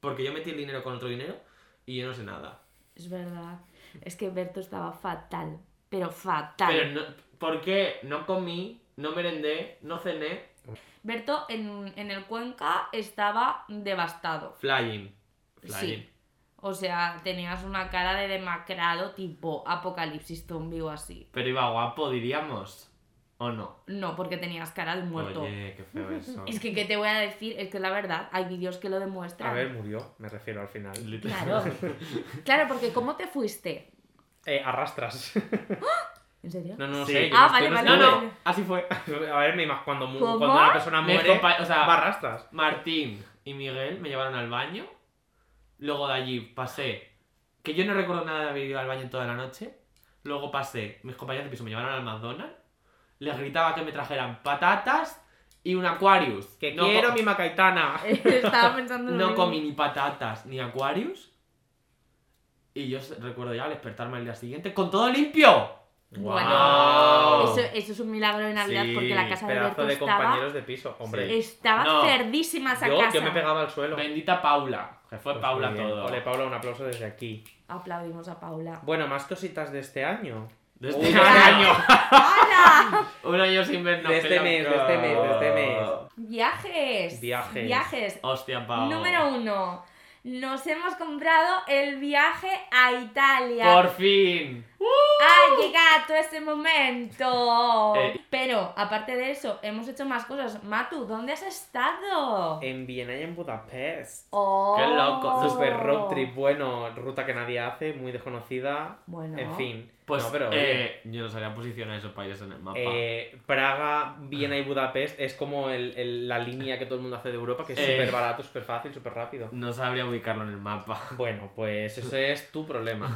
Speaker 2: porque yo metí el dinero con otro dinero y yo no sé nada.
Speaker 1: Es verdad. Es que Berto estaba fatal, pero fatal.
Speaker 2: Pero no, ¿por qué? No comí, no merendé, no cené.
Speaker 1: Berto en, en el Cuenca estaba devastado.
Speaker 2: Flying. Flying.
Speaker 1: Sí. O sea, tenías una cara de demacrado tipo apocalipsis zombie o así.
Speaker 2: Pero iba guapo, diríamos. ¿O no?
Speaker 1: No, porque tenías cara de muerto.
Speaker 2: Oye, qué feo eso.
Speaker 1: Es que, ¿qué te voy a decir? Es que la verdad, hay vídeos que lo demuestran.
Speaker 3: A ver, murió, me refiero al final.
Speaker 2: Literal.
Speaker 1: Claro. claro, porque ¿cómo te fuiste?
Speaker 3: Eh, arrastras.
Speaker 1: ¿En serio?
Speaker 3: No, no, no
Speaker 2: Sí.
Speaker 3: sé. yo
Speaker 1: Ah,
Speaker 3: estoy-
Speaker 1: vale, vale,
Speaker 2: No,
Speaker 1: vale.
Speaker 2: no, así fue.
Speaker 3: estuve. A ver, me imag- cuando, mu-
Speaker 1: ¿Cómo?
Speaker 3: cuando una persona
Speaker 1: ¿eh?
Speaker 2: Me
Speaker 3: muere,
Speaker 2: compa- o sea,
Speaker 3: va arrastras.
Speaker 2: Martín y Miguel me llevaron al baño. Luego de allí pasé. Que yo no recuerdo nada de haber ido al baño en toda la noche. Luego pasé. Mis compañeros de piso me llevaron al McDonald's. Les gritaba que me trajeran patatas y un Aquarius.
Speaker 3: Que
Speaker 2: No
Speaker 3: quiero
Speaker 2: co-
Speaker 3: mi macaitana.
Speaker 1: Eh, Estaba pensando en lo
Speaker 2: No
Speaker 1: mismo.
Speaker 2: comí ni patatas ni Aquarius. Y yo se- recuerdo ya al despertarme al día siguiente con todo limpio.
Speaker 1: Bueno,
Speaker 2: Wow.
Speaker 1: eso, eso es un milagro de Navidad
Speaker 2: Sí,
Speaker 1: porque la casa de
Speaker 3: Pedazo
Speaker 1: Berto
Speaker 3: de
Speaker 1: estaba,
Speaker 3: compañeros de piso, hombre.
Speaker 2: Sí.
Speaker 1: estaba
Speaker 2: No.
Speaker 1: cerdísima esa
Speaker 3: Yo,
Speaker 1: casa.
Speaker 3: yo me pegaba al suelo.
Speaker 2: Bendita Paula. Que fue
Speaker 3: Pues
Speaker 2: Paula
Speaker 3: muy bien.
Speaker 2: todo.
Speaker 3: Ole, Paula, un aplauso desde aquí.
Speaker 1: Aplaudimos a Paula.
Speaker 3: Bueno, más cositas de este año.
Speaker 2: Desde
Speaker 3: Uy,
Speaker 2: un
Speaker 3: este
Speaker 2: año.
Speaker 1: ¡Hala!
Speaker 2: Un año sin vernos.
Speaker 3: De este
Speaker 2: que ya-
Speaker 3: mes, de este mes, de este mes.
Speaker 1: Viajes.
Speaker 3: Viajes.
Speaker 1: Viajes.
Speaker 2: Hostia, Paula.
Speaker 1: Número uno. Nos hemos comprado el viaje a Italia.
Speaker 2: Por fin.
Speaker 1: Ha llegado ese momento.
Speaker 2: Eh.
Speaker 1: Pero aparte de eso, hemos hecho más cosas. Matu, ¿dónde has estado?
Speaker 3: En Viena y en Budapest.
Speaker 1: Oh.
Speaker 2: qué loco.
Speaker 3: Super road trip, bueno, ruta que nadie hace, muy desconocida.
Speaker 1: Bueno.
Speaker 3: En fin.
Speaker 2: Pues
Speaker 3: No, pero, oye,
Speaker 2: eh, yo no sabía posicionar esos países en el mapa.
Speaker 3: eh,
Speaker 2: Ah.
Speaker 3: Praga, Viena y Budapest es como el- el- la línea que todo el mundo hace de Europa, que es
Speaker 2: Eh.
Speaker 3: súper barato, súper fácil, súper rápido.
Speaker 2: No sabría ubicarlo en el mapa.
Speaker 3: Bueno, pues eso es tu problema.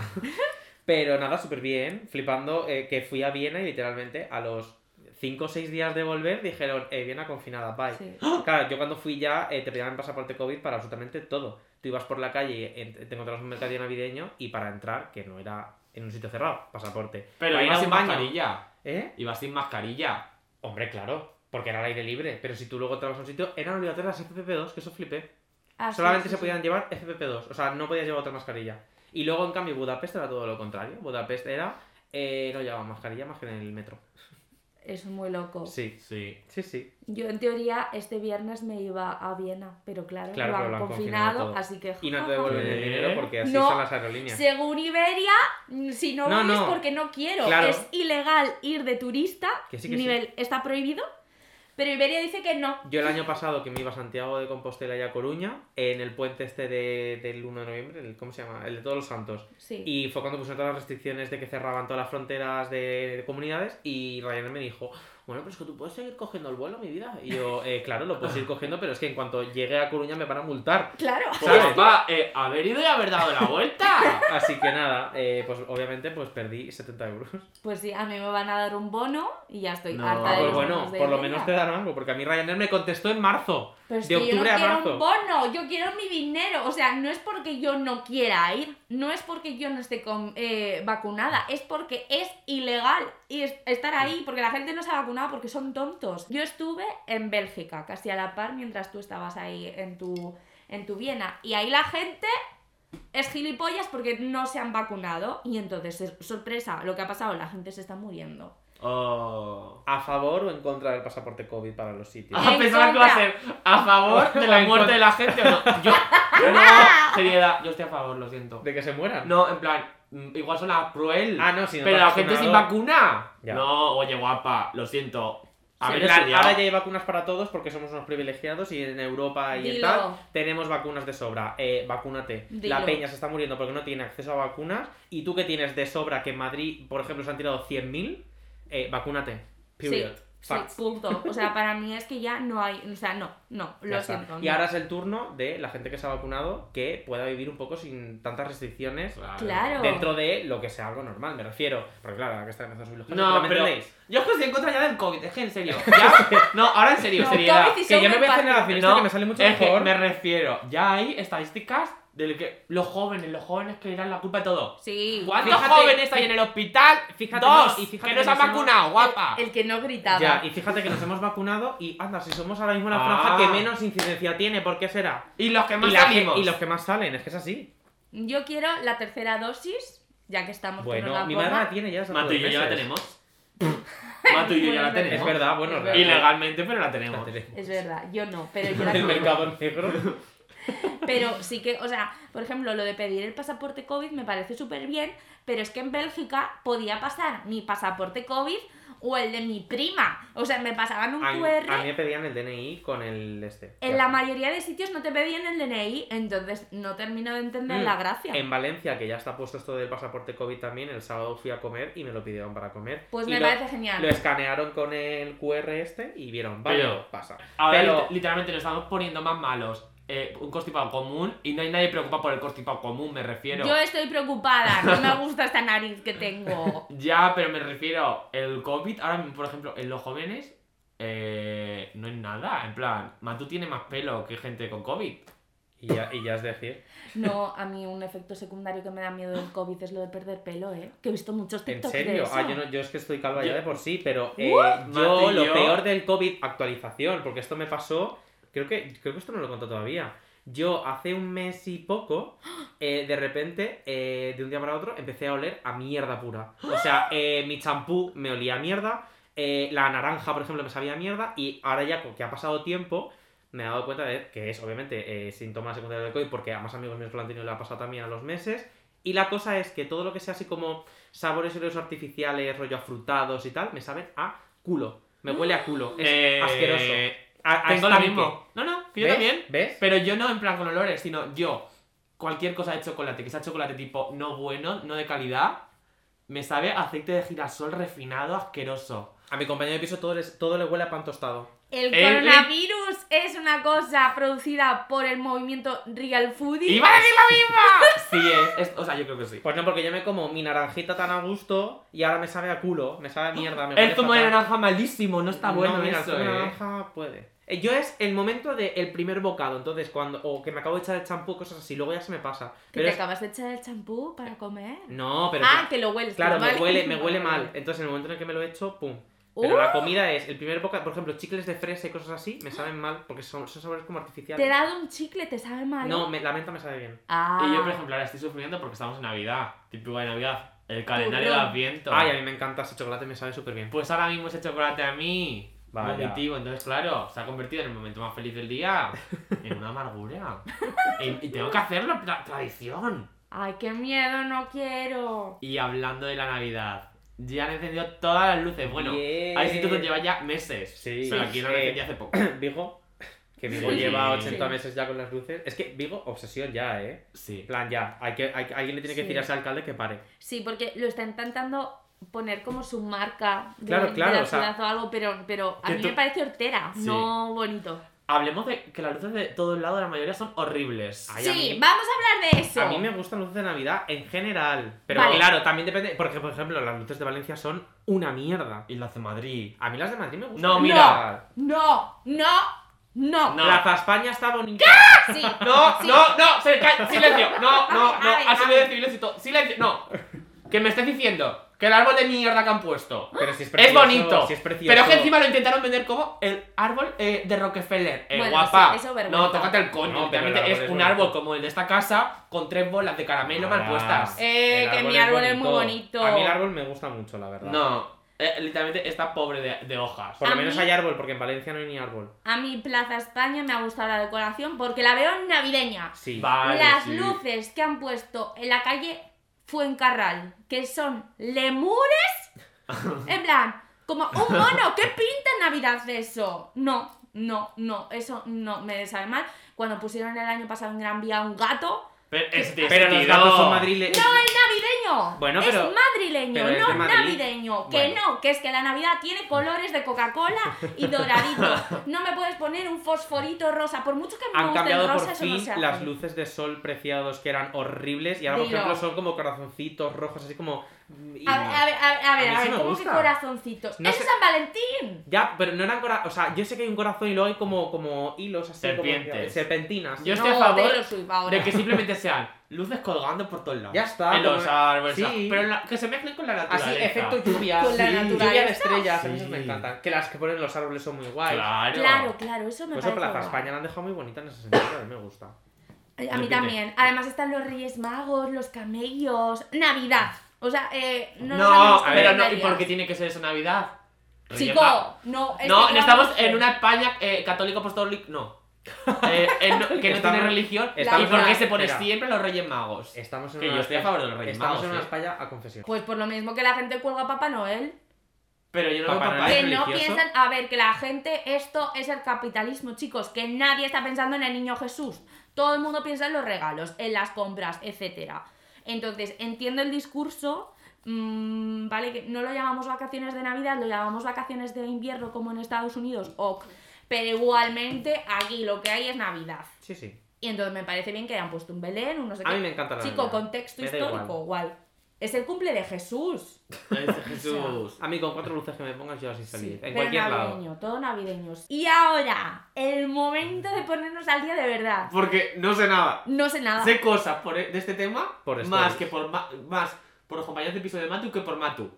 Speaker 3: Pero nada, súper bien. Flipando eh, que fui a Viena y literalmente a los 5 o 6 días de volver dijeron, eh, Viena confinada, bye.
Speaker 1: Sí.
Speaker 3: Claro, yo cuando fui ya eh, te pedían pasaporte COVID para absolutamente todo. Tú ibas por la calle y en- te encontrabas un mercadillo navideño y para entrar, que no era en un sitio cerrado, pasaporte.
Speaker 2: Pero
Speaker 3: Para ir
Speaker 2: iba
Speaker 3: a
Speaker 2: sin
Speaker 3: un baño-
Speaker 2: mascarilla.
Speaker 3: ¿Eh?
Speaker 2: Iba sin mascarilla.
Speaker 3: Hombre, claro, porque era al aire libre. Pero si tú luego entrabas a un sitio, eran obligatorias las FFP2, que eso flipé.
Speaker 1: Ah, sí,
Speaker 3: Solamente
Speaker 1: sí,
Speaker 3: se
Speaker 1: sí.
Speaker 3: podían llevar FFP2, o sea, no podías llevar otra mascarilla. Y luego, en cambio, Budapest era todo lo contrario. Budapest era, eh, no llevaba mascarilla más que en el metro.
Speaker 1: Es muy loco.
Speaker 3: Sí,
Speaker 2: Sí.
Speaker 3: sí, sí.
Speaker 1: Yo en teoría este viernes me iba a Viena, pero claro,
Speaker 3: Claro,
Speaker 1: lo
Speaker 3: pero
Speaker 1: han
Speaker 3: lo han confinado
Speaker 1: confinado,
Speaker 3: todo.
Speaker 1: así que...
Speaker 3: Y no te devuelven el
Speaker 2: ¿Qué?
Speaker 3: dinero porque así
Speaker 1: No.
Speaker 3: son las aerolíneas.
Speaker 1: Según Iberia, mm, si no,
Speaker 3: No,
Speaker 1: voy es
Speaker 3: no.
Speaker 1: porque no quiero.
Speaker 3: Claro.
Speaker 1: Es ilegal ir de turista.
Speaker 3: Que sí, que
Speaker 1: nivel está prohibido. Pero Iberia dice que no.
Speaker 3: Yo el año pasado que me iba a Santiago de Compostela y a Coruña, en el puente este de- del 1 de noviembre, el, ¿cómo se llama? El de todos los santos.
Speaker 1: Sí.
Speaker 3: Y fue cuando pusieron todas las restricciones de que cerraban todas las fronteras de, de comunidades y Ryanair me dijo, bueno, pero es que tú puedes seguir cogiendo el vuelo, mi vida. Y yo, eh, claro, lo puedes ir cogiendo, pero es que en cuanto llegue a Coruña me van a multar.
Speaker 1: Claro.
Speaker 2: Pues,
Speaker 3: ¿Sabes?
Speaker 2: va, eh, haber ido y haber dado la vuelta.
Speaker 3: Así que nada, eh, pues obviamente pues perdí 70 euros.
Speaker 1: Pues sí, a mí me van a dar un bono y ya estoy
Speaker 2: No,
Speaker 1: harta
Speaker 3: Ah,
Speaker 1: de
Speaker 3: pues
Speaker 1: los
Speaker 3: bueno,
Speaker 1: bonos de
Speaker 3: por lo
Speaker 1: mierda.
Speaker 3: menos te dan algo, porque a mí Ryanair me contestó en marzo.
Speaker 1: Pero es
Speaker 3: de
Speaker 1: que yo no
Speaker 3: octubre a
Speaker 1: quiero
Speaker 3: marzo.
Speaker 1: un bono, yo quiero mi dinero. O sea, no es porque yo no quiera ir, no es porque yo no esté con- eh, vacunada, es porque es ilegal y es- estar ahí, porque la gente no se ha vacunado porque son tontos. Yo estuve en Bélgica, casi a la par, mientras tú estabas ahí en tu, en tu Viena. Y ahí la gente es gilipollas porque no se han vacunado. Y entonces, es- sorpresa, lo que ha pasado, la gente se está muriendo.
Speaker 2: Oh.
Speaker 3: ¿A favor o en contra del pasaporte COVID para los sitios?
Speaker 2: Ah,
Speaker 1: En
Speaker 2: pensaba que iba a
Speaker 1: contra.
Speaker 2: ser a favor de la
Speaker 3: En
Speaker 2: muerte
Speaker 3: contra.
Speaker 2: de la gente o no. Yo, no, seriedad, yo estoy a favor, lo siento.
Speaker 3: ¿De que se mueran?
Speaker 2: No, en plan, mm, igual suena cruel.
Speaker 3: Ah, no, si no
Speaker 2: pero
Speaker 3: te
Speaker 2: la
Speaker 3: has
Speaker 2: gente sin
Speaker 3: vacunado.
Speaker 2: vacuna.
Speaker 3: Ya.
Speaker 2: No, oye, guapa, lo siento. A
Speaker 3: Sí,
Speaker 2: ver,
Speaker 3: en plan,
Speaker 2: estudiado.
Speaker 3: ahora ya hay vacunas para todos porque somos unos privilegiados y en Europa y en
Speaker 1: Dilo.
Speaker 3: tal tenemos vacunas de sobra. Eh, vacúnate.
Speaker 1: Dilo.
Speaker 3: La peña se está muriendo porque no tiene acceso a vacunas y tú que tienes de sobra que en Madrid, por ejemplo, se han tirado 100.000, eh, vacúnate. Period.
Speaker 1: Sí,
Speaker 3: Facts.
Speaker 1: punto. O sea, para mí es que ya no hay. O sea, no, no,
Speaker 3: Ya
Speaker 1: lo
Speaker 3: está.
Speaker 1: siento.
Speaker 3: Y
Speaker 1: no.
Speaker 3: ahora es el turno de la gente que se ha vacunado que pueda vivir un poco sin tantas restricciones
Speaker 1: Claro.
Speaker 3: dentro de lo que sea algo normal, me refiero. Porque claro, ahora que está empezando a subir los casos,
Speaker 2: No,
Speaker 3: ¿me
Speaker 2: pero.
Speaker 3: entendéis?
Speaker 2: Yo es que estoy en contra ya del COVID, es que en serio. Ya- No, ahora en serio,
Speaker 1: No,
Speaker 2: seriedad.
Speaker 1: COVID y
Speaker 3: Que yo me voy a
Speaker 1: Sobrepasado.
Speaker 3: generacionista que me sale mucho
Speaker 2: es que
Speaker 3: mejor.
Speaker 2: me refiero. Ya hay estadísticas de que los jóvenes, los jóvenes que eran la culpa de todo.
Speaker 1: Sí.
Speaker 2: ¿Cuántos
Speaker 3: Fíjate-
Speaker 2: jóvenes hay en el hospital?
Speaker 3: fíjate,
Speaker 2: Dos,
Speaker 3: no, y fíjate
Speaker 2: que no
Speaker 3: que
Speaker 2: se han
Speaker 3: nos hemos-
Speaker 2: vacunado, guapa.
Speaker 1: El que no gritaba.
Speaker 3: Ya, y fíjate que nos hemos vacunado y anda, si somos ahora mismo la
Speaker 2: Ah.
Speaker 3: franja que menos incidencia tiene, ¿por qué será?
Speaker 2: Y los que más
Speaker 3: y, la-
Speaker 2: salimos.
Speaker 3: y los que más salen, es que es así.
Speaker 1: Yo quiero la tercera dosis, ya que estamos con
Speaker 3: Bueno,
Speaker 1: la
Speaker 3: mi madre
Speaker 1: porra.
Speaker 3: la tiene ya. desde hace
Speaker 2: Matu y yo
Speaker 3: dos
Speaker 2: ya la
Speaker 3: meses.
Speaker 2: tenemos. Matu y yo ya la
Speaker 1: Bueno,
Speaker 2: tenemos.
Speaker 3: Es verdad, bueno,
Speaker 1: Es
Speaker 3: realmente
Speaker 2: Ilegalmente, pero la
Speaker 3: la
Speaker 2: tenemos.
Speaker 3: tenemos.
Speaker 1: Es verdad, yo no, pero yo la
Speaker 3: El
Speaker 1: quiero.
Speaker 3: mercado negro.
Speaker 1: Pero sí que, o sea, por ejemplo, lo de pedir el pasaporte COVID me parece súper bien, pero es que en Bélgica podía pasar mi pasaporte COVID o el de mi prima. O sea, me pasaban un
Speaker 3: A mí,
Speaker 1: QR.
Speaker 3: a mí me pedían el DNI con el este.
Speaker 1: En
Speaker 3: Ya.
Speaker 1: la mayoría de sitios no te pedían el DNI, entonces no termino de entender
Speaker 3: Mm.
Speaker 1: la gracia.
Speaker 2: Em,
Speaker 3: En Valencia, que ya está puesto esto del pasaporte COVID también, el sábado fui a comer y me lo pidieron para comer.
Speaker 1: Pues
Speaker 3: Y
Speaker 1: me
Speaker 3: lo,
Speaker 1: parece genial.
Speaker 3: Lo escanearon con el QR este y vieron, vale,
Speaker 2: Pero-
Speaker 3: pasa.
Speaker 2: Ahora
Speaker 3: Pero-
Speaker 2: lit- literalmente nos estamos poniendo más malos. Eh, un constipado común y no hay nadie preocupado por el constipado común, me refiero.
Speaker 1: Yo estoy preocupada, no me gusta esta nariz que tengo.
Speaker 2: Ya, pero me refiero, el COVID, ahora mismo, por ejemplo, en los jóvenes, eh, no es nada. En plan, Matu tiene más pelo que gente con COVID.
Speaker 3: Y ya, y ya es decir,
Speaker 1: No, a mí un efecto secundario que me da miedo del COVID es lo de perder pelo, ¿eh? Que he visto muchos
Speaker 3: ¿en
Speaker 1: TikToks de
Speaker 3: serio?
Speaker 1: eso.
Speaker 3: Ah, yo, no- yo es que estoy calva ya
Speaker 2: Yo-
Speaker 3: de por sí, pero eh, yo
Speaker 2: Mati,
Speaker 3: lo
Speaker 2: yo-
Speaker 3: peor del COVID, actualización, porque esto me pasó, creo que, creo que esto no lo conto todavía. Yo hace un mes y poco, eh, de repente, eh, de un día para otro, empecé a oler a mierda pura. O sea, eh, mi champú me olía a mierda, eh, la naranja, por ejemplo, me sabía a mierda, y ahora ya co- que ha pasado tiempo, me he dado cuenta de que es obviamente eh, síntoma secundario del COVID, porque a más amigos míos que lo han tenido le ha pasado también a los meses. Y la cosa es que todo lo que sea así como sabores y olores artificiales, rollo afrutados y tal, me saben a culo. Me huele a culo. Es
Speaker 2: Eh,
Speaker 3: asqueroso. A- a
Speaker 2: Tengo lo
Speaker 3: estanque.
Speaker 2: mismo. No, no, que yo
Speaker 3: ¿Ves?
Speaker 2: también.
Speaker 3: ¿Ves?
Speaker 2: Pero yo no en plan con olores, sino yo, cualquier cosa de chocolate, que sea chocolate tipo no bueno, no de calidad, me sabe a aceite de girasol refinado, asqueroso.
Speaker 3: A mi compañero de piso todo, les- todo le huele a pan tostado.
Speaker 1: El
Speaker 2: Eh,
Speaker 1: coronavirus es una cosa producida por el movimiento Real Foodie.
Speaker 2: ¡Iba a decir la misma! sí, es, es- O sea, yo creo que sí.
Speaker 3: Pues no, porque yo me como mi naranjita tan a gusto y ahora me sabe a culo, me sabe a mierda. Me huele
Speaker 2: El zumo de
Speaker 3: fatal.
Speaker 2: naranja malísimo, no está bueno
Speaker 3: no, mira,
Speaker 2: eso,
Speaker 3: el zumo de
Speaker 2: eh.
Speaker 3: naranja puede. Eh, Yo es el momento del primer bocado, entonces cuando. O que me acabo de echar el champú, cosas así, luego ya se me pasa.
Speaker 1: Que
Speaker 3: Pero
Speaker 1: te
Speaker 3: es-
Speaker 1: acabas de echar el champú para comer.
Speaker 3: No, pero.
Speaker 1: ah, que lo hueles.
Speaker 3: Claro,
Speaker 1: vale.
Speaker 3: me huele, me huele mal. Entonces, en el momento en el que me lo he hecho, pum. Pero
Speaker 1: Uh,
Speaker 3: la comida es, el primer bocado, por ejemplo, chicles de fresa y cosas así, me saben mal porque son, son sabores como
Speaker 1: Te he
Speaker 3: artificiales.
Speaker 1: dado un chicle, te sabe mal.
Speaker 3: No, me- la menta me sabe bien.
Speaker 1: Ah.
Speaker 2: Y yo, por ejemplo, ahora estoy sufriendo porque estamos en Navidad. Típico de Navidad. El calendario de
Speaker 1: Turrón.
Speaker 2: Adviento.
Speaker 3: Ay, a mí me encanta ese chocolate, me sabe súper bien.
Speaker 2: Pues ahora mismo ese chocolate a mí.
Speaker 3: Vaya.
Speaker 2: Vomitivo, entonces claro, se ha convertido en el momento más feliz del día en una amargura. y, y tengo que hacerlo, tra- tradición.
Speaker 1: Ay, qué miedo, no quiero.
Speaker 2: Y hablando de la Navidad, ya han encendido todas las luces. Bueno,
Speaker 3: Bien.
Speaker 2: hay sitios donde lleva ya meses,
Speaker 3: Sí.
Speaker 2: pero aquí lo han
Speaker 3: Sí.
Speaker 2: encendido hace poco.
Speaker 3: Vigo, que Vigo
Speaker 2: Sí.
Speaker 3: lleva 80
Speaker 1: Sí.
Speaker 3: meses ya con las luces. Es que Vigo, obsesión ya, ¿eh?
Speaker 2: Sí.
Speaker 3: En plan, ya. Hay que, hay- alguien le tiene
Speaker 1: Sí.
Speaker 3: que decir a ese alcalde que pare.
Speaker 1: Sí, porque lo está intentando poner como su marca de,
Speaker 3: Claro,
Speaker 1: de
Speaker 3: claro,
Speaker 1: la
Speaker 3: o sea,
Speaker 1: ciudad o algo, pero, pero a
Speaker 2: que
Speaker 1: mí
Speaker 2: tú-
Speaker 1: me parece hortera,
Speaker 2: Sí.
Speaker 1: no bonito.
Speaker 2: Hablemos de que las luces de todos lados, la mayoría son horribles.
Speaker 3: Ay, a
Speaker 1: sí,
Speaker 3: mí-
Speaker 1: vamos a hablar de eso.
Speaker 3: A mí me gustan luces de Navidad en general. Pero
Speaker 1: Vale.
Speaker 3: claro, también depende. Porque, por ejemplo, las luces de Valencia son una mierda.
Speaker 2: Y las de Madrid.
Speaker 3: A mí las de Madrid me gustan.
Speaker 2: No, mira.
Speaker 1: No, no, no.
Speaker 2: No.
Speaker 3: Plaza España está bonita.
Speaker 1: Sí,
Speaker 2: No,
Speaker 1: sí.
Speaker 2: no, no, se cae, silencio. No, no, no,
Speaker 1: Ay,
Speaker 2: ha
Speaker 1: ay.
Speaker 2: subido de civiles y todo. Silencio, no. Que me estés diciendo que el árbol de mierda que han puesto
Speaker 3: Pero si
Speaker 2: es
Speaker 3: es precioso.
Speaker 2: bonito.
Speaker 3: Si es precioso.
Speaker 2: pero es que encima lo intentaron vender como el árbol eh, de Rockefeller. Eh,
Speaker 1: Bueno,
Speaker 2: guapa.
Speaker 1: sí, eso vergüenza.
Speaker 2: no, tócate el coño.
Speaker 3: No, pero
Speaker 2: literalmente
Speaker 3: el árbol
Speaker 2: es un
Speaker 3: es bonito.
Speaker 2: árbol como el de esta casa con tres bolas de caramelo mal
Speaker 3: Ah.
Speaker 2: puestas.
Speaker 1: Eh,
Speaker 3: El
Speaker 1: que mi árbol es muy bonito.
Speaker 3: A mí el árbol me gusta mucho, la verdad.
Speaker 2: no, eh, literalmente está pobre de, de hojas.
Speaker 3: Por lo
Speaker 1: A
Speaker 3: menos
Speaker 1: mí-
Speaker 3: hay árbol, porque en Valencia no hay ni árbol.
Speaker 1: A mí Plaza España me ha gustado la decoración porque la veo navideña.
Speaker 3: Ah, Sí.
Speaker 2: Vale,
Speaker 1: Las
Speaker 2: sí.
Speaker 1: luces que han puesto en la calle Fuencarral, que son lemures, en plan, como un mono, ¿qué pinta en Navidad eso? No, no, no, eso no me sabe mal. Cuando pusieron el año pasado en Gran Vía un gato,
Speaker 2: Pero, es de
Speaker 3: Pero los
Speaker 2: sentido.
Speaker 3: gatos son madrileños.
Speaker 1: navideño,
Speaker 3: Eh, Bueno,
Speaker 1: es
Speaker 3: pero-
Speaker 1: madrileño,
Speaker 3: pero es
Speaker 1: no
Speaker 3: de Madrid.
Speaker 1: navideño, que
Speaker 3: Bueno.
Speaker 1: no, que es que la Navidad tiene colores de Coca-Cola y doradito. No me puedes poner un fosforito rosa, por mucho que me
Speaker 3: Han
Speaker 1: guste el
Speaker 3: cambiado
Speaker 1: rosa,
Speaker 3: por
Speaker 1: eso no
Speaker 3: fin
Speaker 1: se hace.
Speaker 3: las luces de sol preciados que eran horribles y ahora, por
Speaker 1: Dilo.
Speaker 3: ejemplo, son como corazoncitos rojos, así como. mm, y-
Speaker 1: A ver, a ver, a ver, a ver,
Speaker 3: A
Speaker 1: a
Speaker 3: mí sí
Speaker 1: ver,
Speaker 3: me
Speaker 1: ¿cómo
Speaker 3: gusta.
Speaker 1: que corazoncitos?
Speaker 3: No
Speaker 1: ¡Eso
Speaker 3: sé-
Speaker 1: es San Valentín!
Speaker 3: Ya, pero no eran corazones. O sea, yo sé que hay un corazón y luego hay como, como hilos así. como-
Speaker 2: Serpientes.
Speaker 3: serpentinas.
Speaker 2: Yo
Speaker 1: no,
Speaker 2: estoy a favor
Speaker 1: Taylor Swift ahora.
Speaker 2: De que simplemente sean luces colgando por todos lados.
Speaker 3: Ya está,
Speaker 2: En los
Speaker 3: como-
Speaker 2: árboles.
Speaker 3: sí.
Speaker 2: tal. Pero la- que se mezclen con la naturaleza.
Speaker 3: Así, efecto lluvia.
Speaker 1: Con la
Speaker 3: sí,
Speaker 1: naturaleza.
Speaker 3: lluvia de estrellas, a mí
Speaker 2: Sí.
Speaker 3: esas me encantan. Que las que ponen en los árboles son muy guay.
Speaker 2: Claro.
Speaker 1: Claro, claro, eso me
Speaker 2: Pues
Speaker 3: Por
Speaker 1: parece.
Speaker 3: eso Plaza
Speaker 1: guay.
Speaker 3: España la han dejado muy bonita en ese sentido, a mí me gusta.
Speaker 1: A mí
Speaker 2: Repite.
Speaker 1: también. Además están los Reyes Magos, los camellos. Navidad. O sea, eh, no,
Speaker 2: No,
Speaker 1: nos hablemos
Speaker 2: a ver,
Speaker 1: con
Speaker 2: no, ¿y
Speaker 1: Navidad.
Speaker 2: por qué tiene que ser eso Navidad? Reyes Magos.
Speaker 1: Chico, no. es
Speaker 2: No,
Speaker 1: que
Speaker 2: no estamos
Speaker 1: vamos-
Speaker 2: en una España eh, católica apostólica. No. Eh, eh, no- que no
Speaker 3: Estamos-
Speaker 2: tiene religión.
Speaker 3: estamos
Speaker 2: ¿Y por
Speaker 1: en
Speaker 2: qué
Speaker 1: una-
Speaker 2: se pone
Speaker 3: espera.
Speaker 2: siempre los Reyes Magos?
Speaker 3: Estamos en
Speaker 2: Que
Speaker 3: una-
Speaker 2: yo estoy a favor de los Reyes
Speaker 3: Estamos
Speaker 2: Magos,
Speaker 3: en una
Speaker 2: ¿eh?
Speaker 3: España a confesión.
Speaker 1: Pues por lo mismo que la gente cuelga a Papá Noel.
Speaker 2: Pero yo no veo
Speaker 3: Papá
Speaker 2: papá.
Speaker 3: Noel.
Speaker 1: Que
Speaker 3: ¿Es
Speaker 1: no
Speaker 3: religioso?
Speaker 1: piensan. A ver, que la gente. Esto es el capitalismo, chicos. Que nadie está pensando en el niño Jesús. Todo el mundo piensa en los regalos, en las compras, etcétera. Entonces, entiendo el discurso. mm, vale, que no lo llamamos vacaciones de Navidad, lo llamamos vacaciones de invierno, como en Estados Unidos. ok. Pero igualmente, aquí lo que hay es Navidad.
Speaker 3: Sí, sí.
Speaker 1: Y entonces me parece bien que hayan puesto un Belén, un no sé
Speaker 3: A
Speaker 1: qué.
Speaker 3: mí me encanta la
Speaker 1: Chico,
Speaker 3: Navidad.
Speaker 1: contexto
Speaker 3: Me da
Speaker 1: histórico,
Speaker 3: igual.
Speaker 1: igual. Es el cumple de Jesús.
Speaker 2: Es Jesús.
Speaker 3: A mí con cuatro luces que me pongas yo así feliz.
Speaker 1: Sí,
Speaker 3: en
Speaker 1: pero
Speaker 3: cualquier
Speaker 1: navideño,
Speaker 3: lado.
Speaker 1: todo navideños. Y ahora, el momento de ponernos al día de verdad.
Speaker 2: Porque no sé nada.
Speaker 1: No sé nada.
Speaker 2: Sé cosas por, de este tema
Speaker 3: Por
Speaker 2: más
Speaker 3: stories.
Speaker 2: que por ma- más por los compañeros de piso de Matu que por Matu.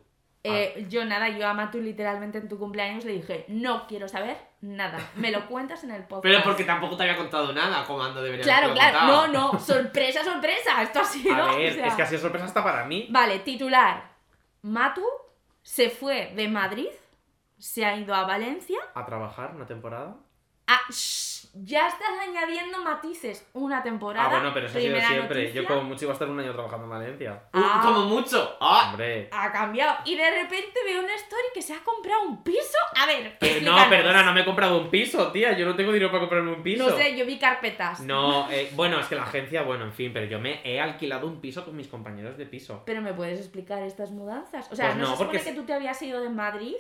Speaker 1: Eh, yo nada, yo a Matu literalmente en tu cumpleaños le dije, no quiero saber nada. Me lo cuentas en el podcast.
Speaker 2: Pero porque tampoco te había contado nada, comando debería
Speaker 1: Claro,
Speaker 2: haberte lo
Speaker 1: claro.
Speaker 2: contado.
Speaker 1: No, no. Sorpresa, sorpresa. Esto ha sido.
Speaker 3: A
Speaker 1: o
Speaker 3: ver,
Speaker 1: sea.
Speaker 3: es que ha sido sorpresa hasta para mí.
Speaker 1: Vale, titular. Matu se fue de Madrid, se ha ido a Valencia.
Speaker 3: A trabajar una temporada.
Speaker 1: Ah, shh, ya estás añadiendo matices. Una temporada.
Speaker 3: Ah, bueno, pero eso ha sido
Speaker 1: primera
Speaker 3: siempre. Yo
Speaker 1: noticia.
Speaker 3: como mucho iba a estar un año trabajando en Valencia.
Speaker 2: Uh,
Speaker 1: Ah.
Speaker 2: Como mucho. Ah,
Speaker 3: Hombre. Eh,
Speaker 1: ha cambiado. Y de repente veo una story que se ha comprado un piso. A ver,
Speaker 3: Que Eh, no,
Speaker 1: explícanos.
Speaker 3: perdona, no me he comprado un piso, tía. Yo no tengo dinero para comprarme un piso.
Speaker 1: No sé, yo vi carpetas.
Speaker 3: No, eh, bueno, es que la agencia, bueno, en fin, pero yo me he alquilado un piso con mis compañeros de piso.
Speaker 1: Pero me puedes explicar estas mudanzas. O sea,
Speaker 3: Pues
Speaker 1: no,
Speaker 3: no,
Speaker 1: se supone
Speaker 3: porque
Speaker 1: que tú te habías ido de Madrid.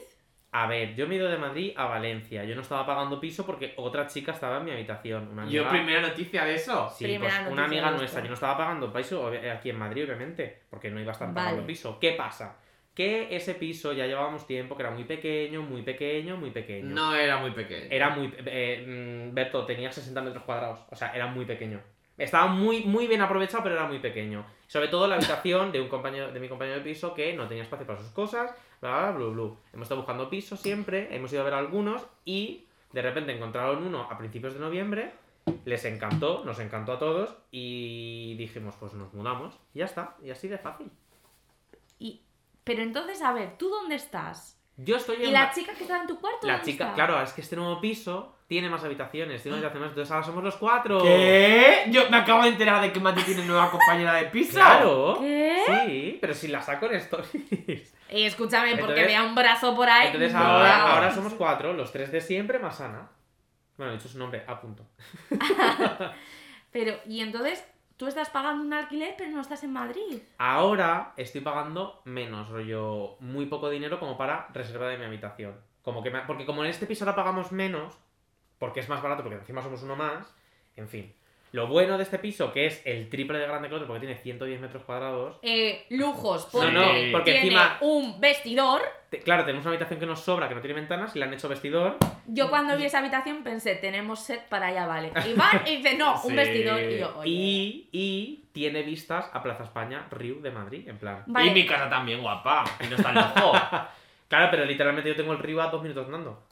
Speaker 3: A ver, yo me he ido de Madrid a Valencia. Yo no estaba pagando piso porque otra chica estaba en mi habitación. Una amiga,
Speaker 2: yo primera noticia de eso.
Speaker 3: Sí,
Speaker 1: Primera
Speaker 3: pues
Speaker 1: noticia
Speaker 3: una amiga
Speaker 1: de esto.
Speaker 3: nuestra. Yo no estaba pagando piso obvia- eh, aquí en Madrid, obviamente, porque no iba a estar pagando
Speaker 1: Vale.
Speaker 3: piso. ¿Qué pasa? Que ese piso ya llevábamos tiempo, que era muy pequeño, muy pequeño, muy pequeño.
Speaker 2: No era muy pequeño.
Speaker 3: Era muy... eh, mm, Berto, tenía 60 metros cuadrados. O sea, era muy pequeño. Estaba muy, muy bien aprovechado, pero era muy pequeño. Sobre todo la habitación de un compañero de mi compañero de piso que no tenía espacio para sus cosas, bla, bla, bla, bla, bla. Hemos estado buscando piso siempre, hemos ido a ver algunos y de repente encontraron uno a principios de noviembre, les encantó, nos encantó a todos y dijimos, pues nos mudamos y ya está, y así de fácil.
Speaker 1: Y... Pero entonces, a ver, ¿tú dónde estás?
Speaker 3: Yo estoy en
Speaker 1: ¿Y
Speaker 3: Ba-
Speaker 1: la chica que estaba en tu cuarto?
Speaker 3: La
Speaker 1: dónde
Speaker 3: chica,
Speaker 1: está?
Speaker 3: claro, es que este nuevo piso tiene más habitaciones, tiene más habitaciones, entonces ahora somos los cuatro.
Speaker 2: ¿Qué? Yo me acabo de enterar de que Mati tiene nueva compañera de piso.
Speaker 3: Claro.
Speaker 1: ¿Qué?
Speaker 3: Sí, pero si la saco en stories.
Speaker 1: Eh, escúchame, porque
Speaker 3: Entonces-
Speaker 1: vea un brazo por ahí.
Speaker 3: Entonces
Speaker 1: no.
Speaker 3: ahora, ahora somos cuatro, los tres de siempre más Ana. Bueno, he dicho su nombre, a punto.
Speaker 1: Pero, y entonces, Tú estás pagando un alquiler, pero no estás en Madrid.
Speaker 3: Ahora estoy pagando menos, rollo, muy poco dinero como para reserva de mi habitación. Como que me- porque como en este piso ahora pagamos menos, porque es más barato, porque encima somos uno más, en fin. Lo bueno de este piso, que es el triple de grande que el otro, porque tiene 110 metros cuadrados,
Speaker 1: Eh, lujos,
Speaker 3: No,
Speaker 1: porque,
Speaker 3: no, porque
Speaker 1: tiene
Speaker 3: encima-
Speaker 1: un vestidor.
Speaker 3: te- claro, tenemos una habitación que nos sobra, que no tiene ventanas, y le han hecho vestidor.
Speaker 1: Yo cuando vi esa habitación pensé, tenemos set para allá, vale. Y van y dice, no, un
Speaker 2: Sí.
Speaker 1: vestidor. Y yo, oye.
Speaker 3: Y, y tiene vistas a Plaza España, Riu de Madrid, en plan.
Speaker 1: Vale.
Speaker 2: Y mi casa también, guapa. Y no está loco.
Speaker 3: Claro, pero literalmente yo tengo el río a dos minutos andando.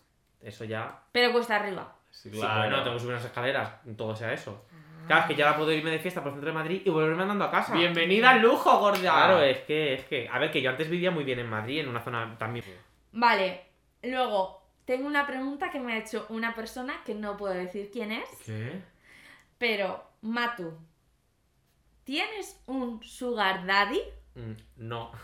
Speaker 3: Eso ya.
Speaker 1: Pero cuesta arriba.
Speaker 2: Sí,
Speaker 3: Sí, bueno, tengo que subir unas escaleras, todo sea eso. Ah.
Speaker 1: Ah.
Speaker 3: Claro, es que ya puedo irme de fiesta por el centro de Madrid y volverme andando a casa.
Speaker 2: Bienvenida al lujo, gorda.
Speaker 3: Claro, es que, es que. A ver, que yo antes vivía muy bien en Madrid, en una zona también.
Speaker 1: Vale, luego tengo una pregunta que me ha hecho una persona que no puedo decir quién es,
Speaker 2: ¿Qué?
Speaker 1: pero Matu, ¿tienes un sugar daddy?
Speaker 3: Mm, No.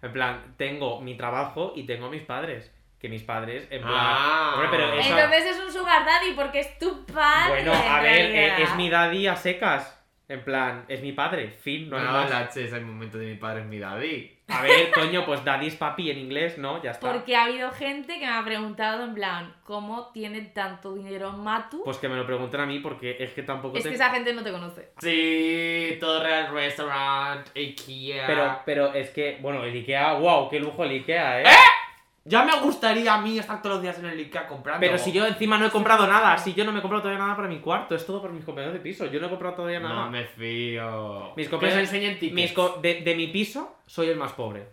Speaker 3: En plan, tengo mi trabajo y tengo a mis padres. Que mis padres, en plan.
Speaker 2: Ah.
Speaker 3: Hombre, pero eso-
Speaker 1: Entonces es un sugar daddy porque es tu padre.
Speaker 3: Bueno,
Speaker 1: Ah.
Speaker 3: a
Speaker 1: en
Speaker 3: ver, eh,
Speaker 1: realidad.
Speaker 3: es, mi daddy a secas. En plan, es mi padre, fin, no
Speaker 2: No,
Speaker 3: hay
Speaker 2: no,
Speaker 3: más.
Speaker 2: la che, es el momento de mi padre, es mi daddy.
Speaker 3: A ver, coño, pues daddy es papi en inglés, ¿no? Ya está.
Speaker 1: Porque ha habido gente que me ha preguntado en plan, ¿cómo tiene tanto dinero Matu?
Speaker 3: Pues que me lo pregunten a mí porque es que tampoco
Speaker 1: es
Speaker 3: te-
Speaker 1: que esa gente no te conoce.
Speaker 2: Sí, todo Real Restaurant, Ikea.
Speaker 3: Pero, pero es que, bueno, el Ikea, wow, qué lujo el Ikea, ¿eh?
Speaker 2: Ya me gustaría a mí estar todos los días en el Ikea comprando.
Speaker 3: Pero si yo encima no he comprado nada, si yo no me he comprado todavía nada para mi cuarto, es todo por mis compañeros de piso, yo no he comprado todavía nada.
Speaker 2: No me fío. Que
Speaker 3: Mis
Speaker 2: os
Speaker 3: compañeros
Speaker 2: enseñen tickets.
Speaker 3: mis co- de, de mi piso, soy el más pobre.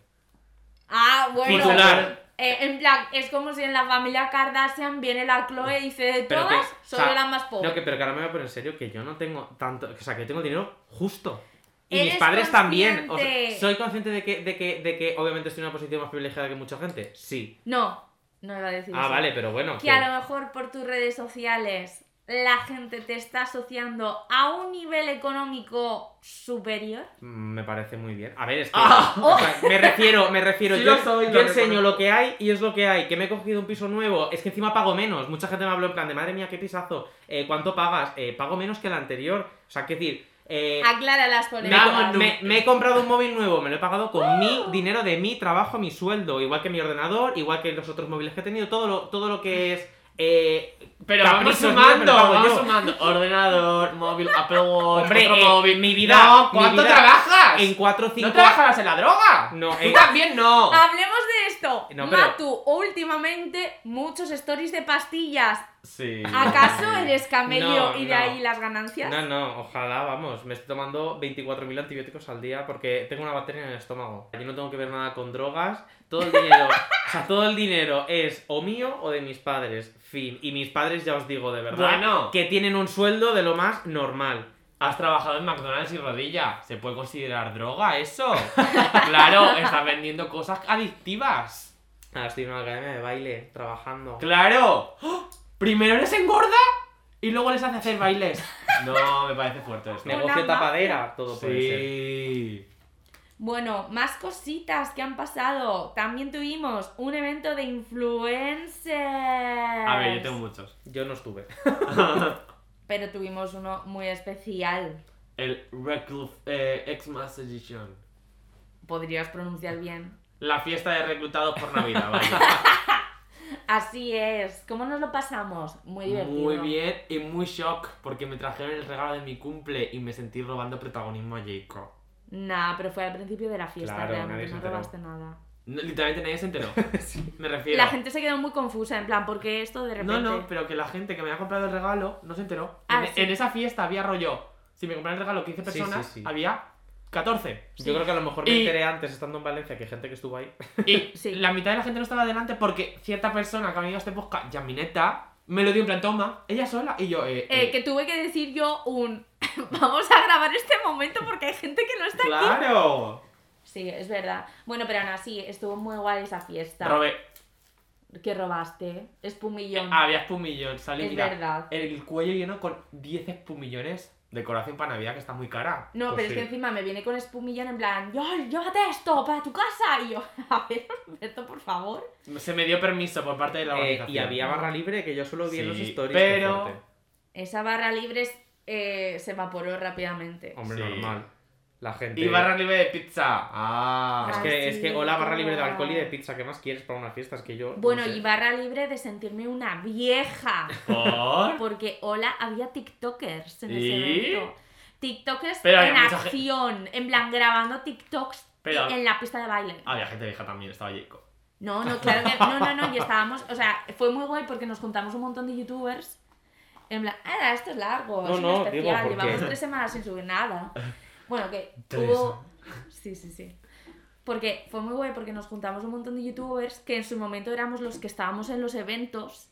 Speaker 1: Ah, bueno.
Speaker 3: Titular.
Speaker 1: Eh, en plan, es como si en la familia Kardashian viene la Chloe y dice de
Speaker 3: Pero que,
Speaker 1: todas,
Speaker 3: o
Speaker 1: soy
Speaker 3: sea,
Speaker 1: la más pobre.
Speaker 3: No, que, pero que ahora me voy a poner en serio que yo no tengo tanto. O sea, que yo tengo dinero justo. Y mis
Speaker 1: Eres
Speaker 3: padres también. O sea,
Speaker 1: consciente.
Speaker 3: soy consciente de que, de, que, de que obviamente estoy en una posición más privilegiada que mucha gente. Sí.
Speaker 1: No, no iba a decir
Speaker 3: Ah,
Speaker 1: eso.
Speaker 3: vale, pero bueno.
Speaker 1: Que a lo mejor por tus redes sociales la gente te está asociando a un nivel económico superior.
Speaker 3: Mm, Me parece muy bien. A ver, es que.
Speaker 2: Ah.
Speaker 3: o sea, me refiero, me refiero.
Speaker 2: Sí
Speaker 3: yo
Speaker 2: lo soy,
Speaker 3: yo
Speaker 2: lo
Speaker 3: enseño
Speaker 2: reconozco.
Speaker 3: lo que hay y es lo que hay. Que me he cogido un piso nuevo. Es que encima pago menos. Mucha gente me habló en plan de madre mía, qué pisazo. Eh, ¿Cuánto pagas? Eh, pago menos que el anterior. O sea, que decir. eh,
Speaker 1: Aclara las
Speaker 3: me,
Speaker 1: polémicas.
Speaker 2: Vamos, Ah, no.
Speaker 3: me- me he comprado un móvil nuevo, me lo he pagado con mi dinero de mi trabajo, mi sueldo, igual que mi ordenador, igual que los otros móviles que he tenido, todo lo, todo lo que es eh,
Speaker 2: Pero vamos
Speaker 3: Caprichos míos,
Speaker 2: sumando,
Speaker 3: me lo pago
Speaker 2: vamos
Speaker 3: yo.
Speaker 2: sumando. Ordenador, móvil, Apple Watch,
Speaker 3: Hombre,
Speaker 2: otro
Speaker 3: eh,
Speaker 2: móvil.
Speaker 3: mi vida,
Speaker 2: No,
Speaker 3: mi
Speaker 2: ¿cuánto
Speaker 3: vida.
Speaker 2: trabajas?
Speaker 3: en 4 o 5
Speaker 2: ¿No trabajas en la droga?
Speaker 3: No,
Speaker 2: Tú
Speaker 3: en-
Speaker 2: también no.
Speaker 1: Hablemos de esto.
Speaker 3: No, pero-
Speaker 1: Matu, últimamente muchos stories de pastillas.
Speaker 2: Sí.
Speaker 1: ¿Acaso eres camello
Speaker 3: No,
Speaker 1: y de
Speaker 3: no.
Speaker 1: ahí las ganancias?
Speaker 3: No, no, ojalá, vamos, me estoy tomando 24.000 antibióticos al día porque tengo una bacteria en el estómago. Yo no tengo que ver nada con drogas, todo el dinero, o sea, todo el dinero es o mío o de mis padres, fin. Y mis padres, ya os digo, de verdad,
Speaker 2: Bueno.
Speaker 3: que tienen un sueldo de lo más normal.
Speaker 2: Has trabajado en McDonald's y rodilla. ¿Se puede considerar droga eso? claro, estás vendiendo cosas adictivas.
Speaker 3: Ahora estoy en una academia de baile, trabajando.
Speaker 2: Claro. ¡Oh! Primero les engorda y luego les hace hacer bailes. No, me parece fuerte esto.
Speaker 1: Me-
Speaker 3: Negocio
Speaker 1: Una
Speaker 3: tapadera, todo puede ser.
Speaker 2: Sí.
Speaker 1: Bueno, más cositas que han pasado. También tuvimos un evento de influencers.
Speaker 2: A ver, yo tengo muchos.
Speaker 3: Yo no estuve.
Speaker 1: Pero tuvimos uno muy especial.
Speaker 2: El Recluf eh, Xmas Edition.
Speaker 1: Podrías pronunciar bien.
Speaker 2: La fiesta de reclutados por Navidad, vaya.
Speaker 1: Así es. ¿Cómo nos lo pasamos? Muy divertido.
Speaker 2: Muy bien y muy shock porque me trajeron el regalo de mi cumple y me sentí robando protagonismo a Jacob.
Speaker 1: Nah, pero fue al principio de la fiesta,
Speaker 3: Claro, nadie
Speaker 1: realmente
Speaker 3: se
Speaker 1: no
Speaker 3: enteró.
Speaker 1: robaste nada.
Speaker 2: No, literalmente nadie se enteró. Me refiero.
Speaker 1: La gente se quedó muy confusa, en plan, ¿por qué esto de repente?
Speaker 2: No, no, pero que la gente que me había comprado el regalo no se enteró.
Speaker 1: Ah,
Speaker 2: en,
Speaker 1: sí.
Speaker 2: en esa fiesta había rollo. Si me compraron el regalo 15
Speaker 3: Sí, sí,
Speaker 2: personas,
Speaker 3: sí.
Speaker 2: había 14.
Speaker 3: Yo creo que a lo mejor me
Speaker 2: Y-
Speaker 3: enteré antes estando en Valencia que gente que estuvo ahí.
Speaker 2: Y
Speaker 1: Sí.
Speaker 2: la mitad de la gente no estaba delante porque cierta persona que ha venido a este podcast, Yamineta, me lo dio en plan, toma, ella sola. Y yo, eh.
Speaker 1: Eh,
Speaker 2: eh,
Speaker 1: que tuve que decir yo un... Vamos a grabar este momento porque hay gente que no está aquí.
Speaker 2: ¡Claro!
Speaker 1: Sí, es verdad. Bueno, pero aún así, estuvo muy guay esa fiesta.
Speaker 2: Robé,
Speaker 1: Que robaste. Espumillón.
Speaker 3: Eh,
Speaker 2: había espumillón, salí,
Speaker 1: Es
Speaker 2: mira,
Speaker 1: verdad.
Speaker 2: el cuello lleno con 10 espumillones. Decoración para Navidad que está muy cara.
Speaker 1: No,
Speaker 3: Pues
Speaker 1: pero es
Speaker 3: sí.
Speaker 1: que encima me viene con espumillón en plan, yo, llévate esto para tu casa. Y yo, a ver, Alberto, por favor.
Speaker 2: Se me dio permiso por parte de la
Speaker 3: Eh,
Speaker 2: organización.
Speaker 3: y había barra libre que yo solo vi en los
Speaker 2: Sí,
Speaker 3: stories. qué
Speaker 2: pero-
Speaker 3: fuerte.
Speaker 1: Esa barra libre es eh, se evaporó rápidamente.
Speaker 3: Hombre,
Speaker 2: Sí.
Speaker 3: normal. La gente.
Speaker 2: Y barra libre de pizza. Ah.
Speaker 3: Es que, es que hola, barra libre de
Speaker 1: Así
Speaker 3: alcohol y
Speaker 1: era.
Speaker 3: de pizza. ¿Qué más quieres para una fiesta? Es que yo. no
Speaker 1: Bueno,
Speaker 3: sé.
Speaker 1: y barra libre de sentirme una vieja.
Speaker 2: ¿Por?
Speaker 1: Porque hola, había TikTokers en ese
Speaker 2: ¿Y?
Speaker 1: evento. TikTokers
Speaker 2: Pero había
Speaker 1: en
Speaker 2: mucha ge-
Speaker 1: acción, en plan grabando TikToks
Speaker 2: Pero-
Speaker 1: en la pista de baile.
Speaker 2: Había gente vieja también, estaba Jacob.
Speaker 1: No, no, claro que no, no, no, y estábamos, o sea, fue muy guay porque nos juntamos un montón de youtubers en plan, ah, esto es largo,
Speaker 3: No,
Speaker 1: es
Speaker 3: no,
Speaker 1: un especial,
Speaker 3: digo, porque-
Speaker 1: llevamos tres semanas sin subir nada. Bueno, que
Speaker 2: Tres.
Speaker 1: hubo... Sí, sí, sí. Porque fue muy guay porque nos juntamos un montón de youtubers que en su momento éramos los que estábamos en los eventos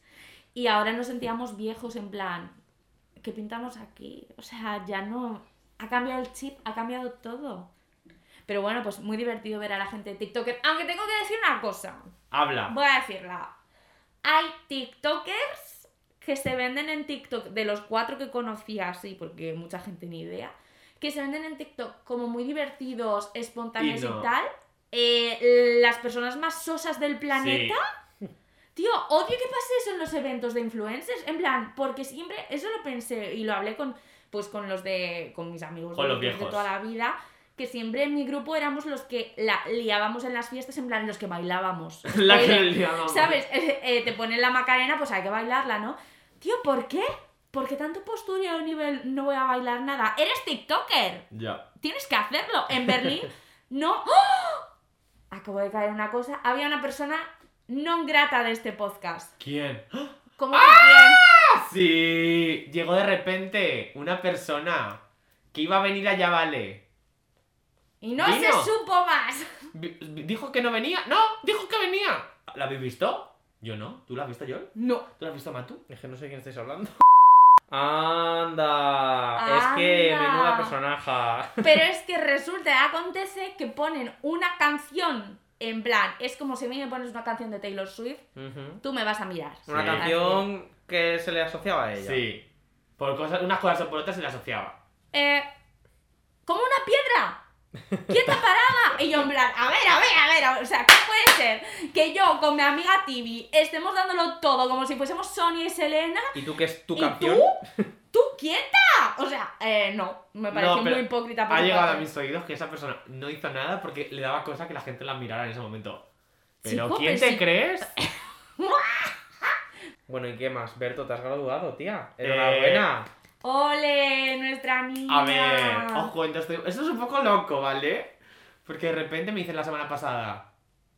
Speaker 1: y ahora nos sentíamos viejos en plan, ¿qué pintamos aquí? O sea, ya no... Ha cambiado el chip, ha cambiado todo. Pero bueno, pues muy divertido ver a la gente de TikTok. Aunque tengo que decir una cosa.
Speaker 2: Habla.
Speaker 1: Voy a decirla. Hay TikTokers que se venden en TikTok, de los cuatro que conocía así, porque mucha gente ni idea, que se venden en TikTok como muy divertidos, espontáneos y,
Speaker 2: Y no.
Speaker 1: tal. Eh, las personas más sosas del planeta. Tío, odio que pase eso en los eventos de influencers. En plan, porque siempre, eso lo pensé y lo hablé con, pues, con los de, con mis amigos
Speaker 2: Con
Speaker 1: de,
Speaker 2: los
Speaker 1: de
Speaker 2: viejos.
Speaker 1: toda la vida. Que siempre en mi grupo éramos los que la liábamos en las fiestas, en plan los que bailábamos.
Speaker 2: La que
Speaker 1: Eh,
Speaker 2: le liaba.
Speaker 1: ¿Sabes? Eh, eh, te ponen la macarena, pues hay que bailarla, ¿no? Tío, ¿por qué? ¿Por qué tanto postureo nivel no voy a bailar nada? ¡Eres TikToker!
Speaker 2: Ya.
Speaker 1: Tienes que hacerlo. En Berlín, no. ¡Oh! Acabo de caer en una cosa. Había una persona no grata de este podcast.
Speaker 2: ¿Quién?
Speaker 1: ¿Cómo que quién?
Speaker 2: Sí. Llegó de repente una persona que iba a venir a Yavale.
Speaker 1: Y no se
Speaker 2: Dino.
Speaker 1: supo más.
Speaker 2: Vi- vi- Dijo que no venía. ¡No! ¡Dijo que venía! ¿La habéis visto? Yo no. ¿Tú la has visto, Joel?
Speaker 1: No.
Speaker 2: ¿Tú la has visto, Matu?
Speaker 3: Es que no sé quién estáis hablando. Anda, es que
Speaker 1: Anda.
Speaker 3: menuda personaja.
Speaker 1: Pero es que resulta, acontece que ponen una canción en plan. Es como si a mí me pones una canción de Taylor Swift,
Speaker 3: Ujú.
Speaker 1: tú me vas a mirar.
Speaker 3: Una
Speaker 2: Sí.
Speaker 3: canción que se le asociaba a ella.
Speaker 2: Sí. Por cosas, unas cosas o por otras se la asociaba.
Speaker 1: eh, como una piedra, quieta parada. Y yo en plan, a ver, a ver, a ver, a ver, o sea, ¿qué puede ser? Que yo con mi amiga Tibi estemos dándolo todo como si fuésemos Sonia y Selena.
Speaker 3: ¿Y tú qué es tu
Speaker 1: ¿Y
Speaker 3: canción?
Speaker 1: tú? ¿Tú quieta? O sea, eh, no, me parece
Speaker 2: pero
Speaker 1: muy hipócrita. por
Speaker 2: Ha
Speaker 1: tu
Speaker 2: llegado a
Speaker 1: parte.
Speaker 2: mis oídos que esa persona no hizo nada porque le daba cosa que la gente la mirara en ese momento. Pero
Speaker 1: Chico,
Speaker 2: ¿quién
Speaker 1: pero
Speaker 2: te
Speaker 1: sí.
Speaker 2: crees?
Speaker 3: Bueno, ¿y qué más? Berto, te has graduado, tía. Enhorabuena.
Speaker 1: Ole, nuestra niña.
Speaker 2: A ver, os cuento, estoy... esto es un poco loco, ¿vale? Porque de repente me dicen la semana pasada,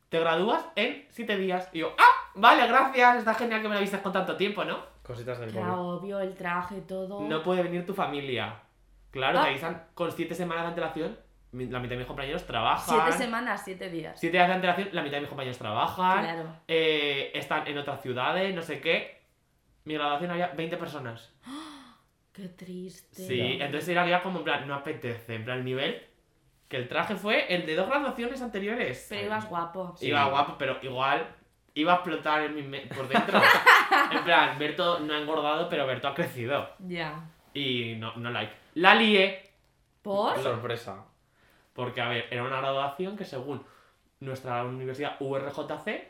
Speaker 2: te gradúas en 7 días. Y yo, ¡ah! Vale, gracias, está genial que me lo avisas con tanto tiempo, ¿no?
Speaker 3: Cositas del
Speaker 1: Era
Speaker 3: COVID.
Speaker 1: obvio el traje, todo.
Speaker 2: No puede venir tu familia. Claro,
Speaker 1: Ah.
Speaker 2: te avisan con 7 semanas de antelación, mi- la mitad de mis compañeros trabajan.
Speaker 1: siete semanas, siete días.
Speaker 2: 7 días de antelación, la mitad de mis compañeros trabajan.
Speaker 1: Claro.
Speaker 2: eh, están en otras ciudades, no sé qué. Mi graduación había 20 personas.
Speaker 1: Qué triste.
Speaker 2: Sí, entonces era había como en plan, no apetece, en plan nivel. Que el traje fue el de dos graduaciones anteriores.
Speaker 1: Pero ibas guapo.
Speaker 2: Iba guapo, pero igual iba a explotar en mi me- por dentro. en plan, Berto no ha engordado, pero Berto ha crecido.
Speaker 1: Ya.
Speaker 2: Y no, no like. La lié,
Speaker 1: ¿Por?
Speaker 3: Sorpresa.
Speaker 2: porque a ver, era una graduación que según nuestra universidad URJC,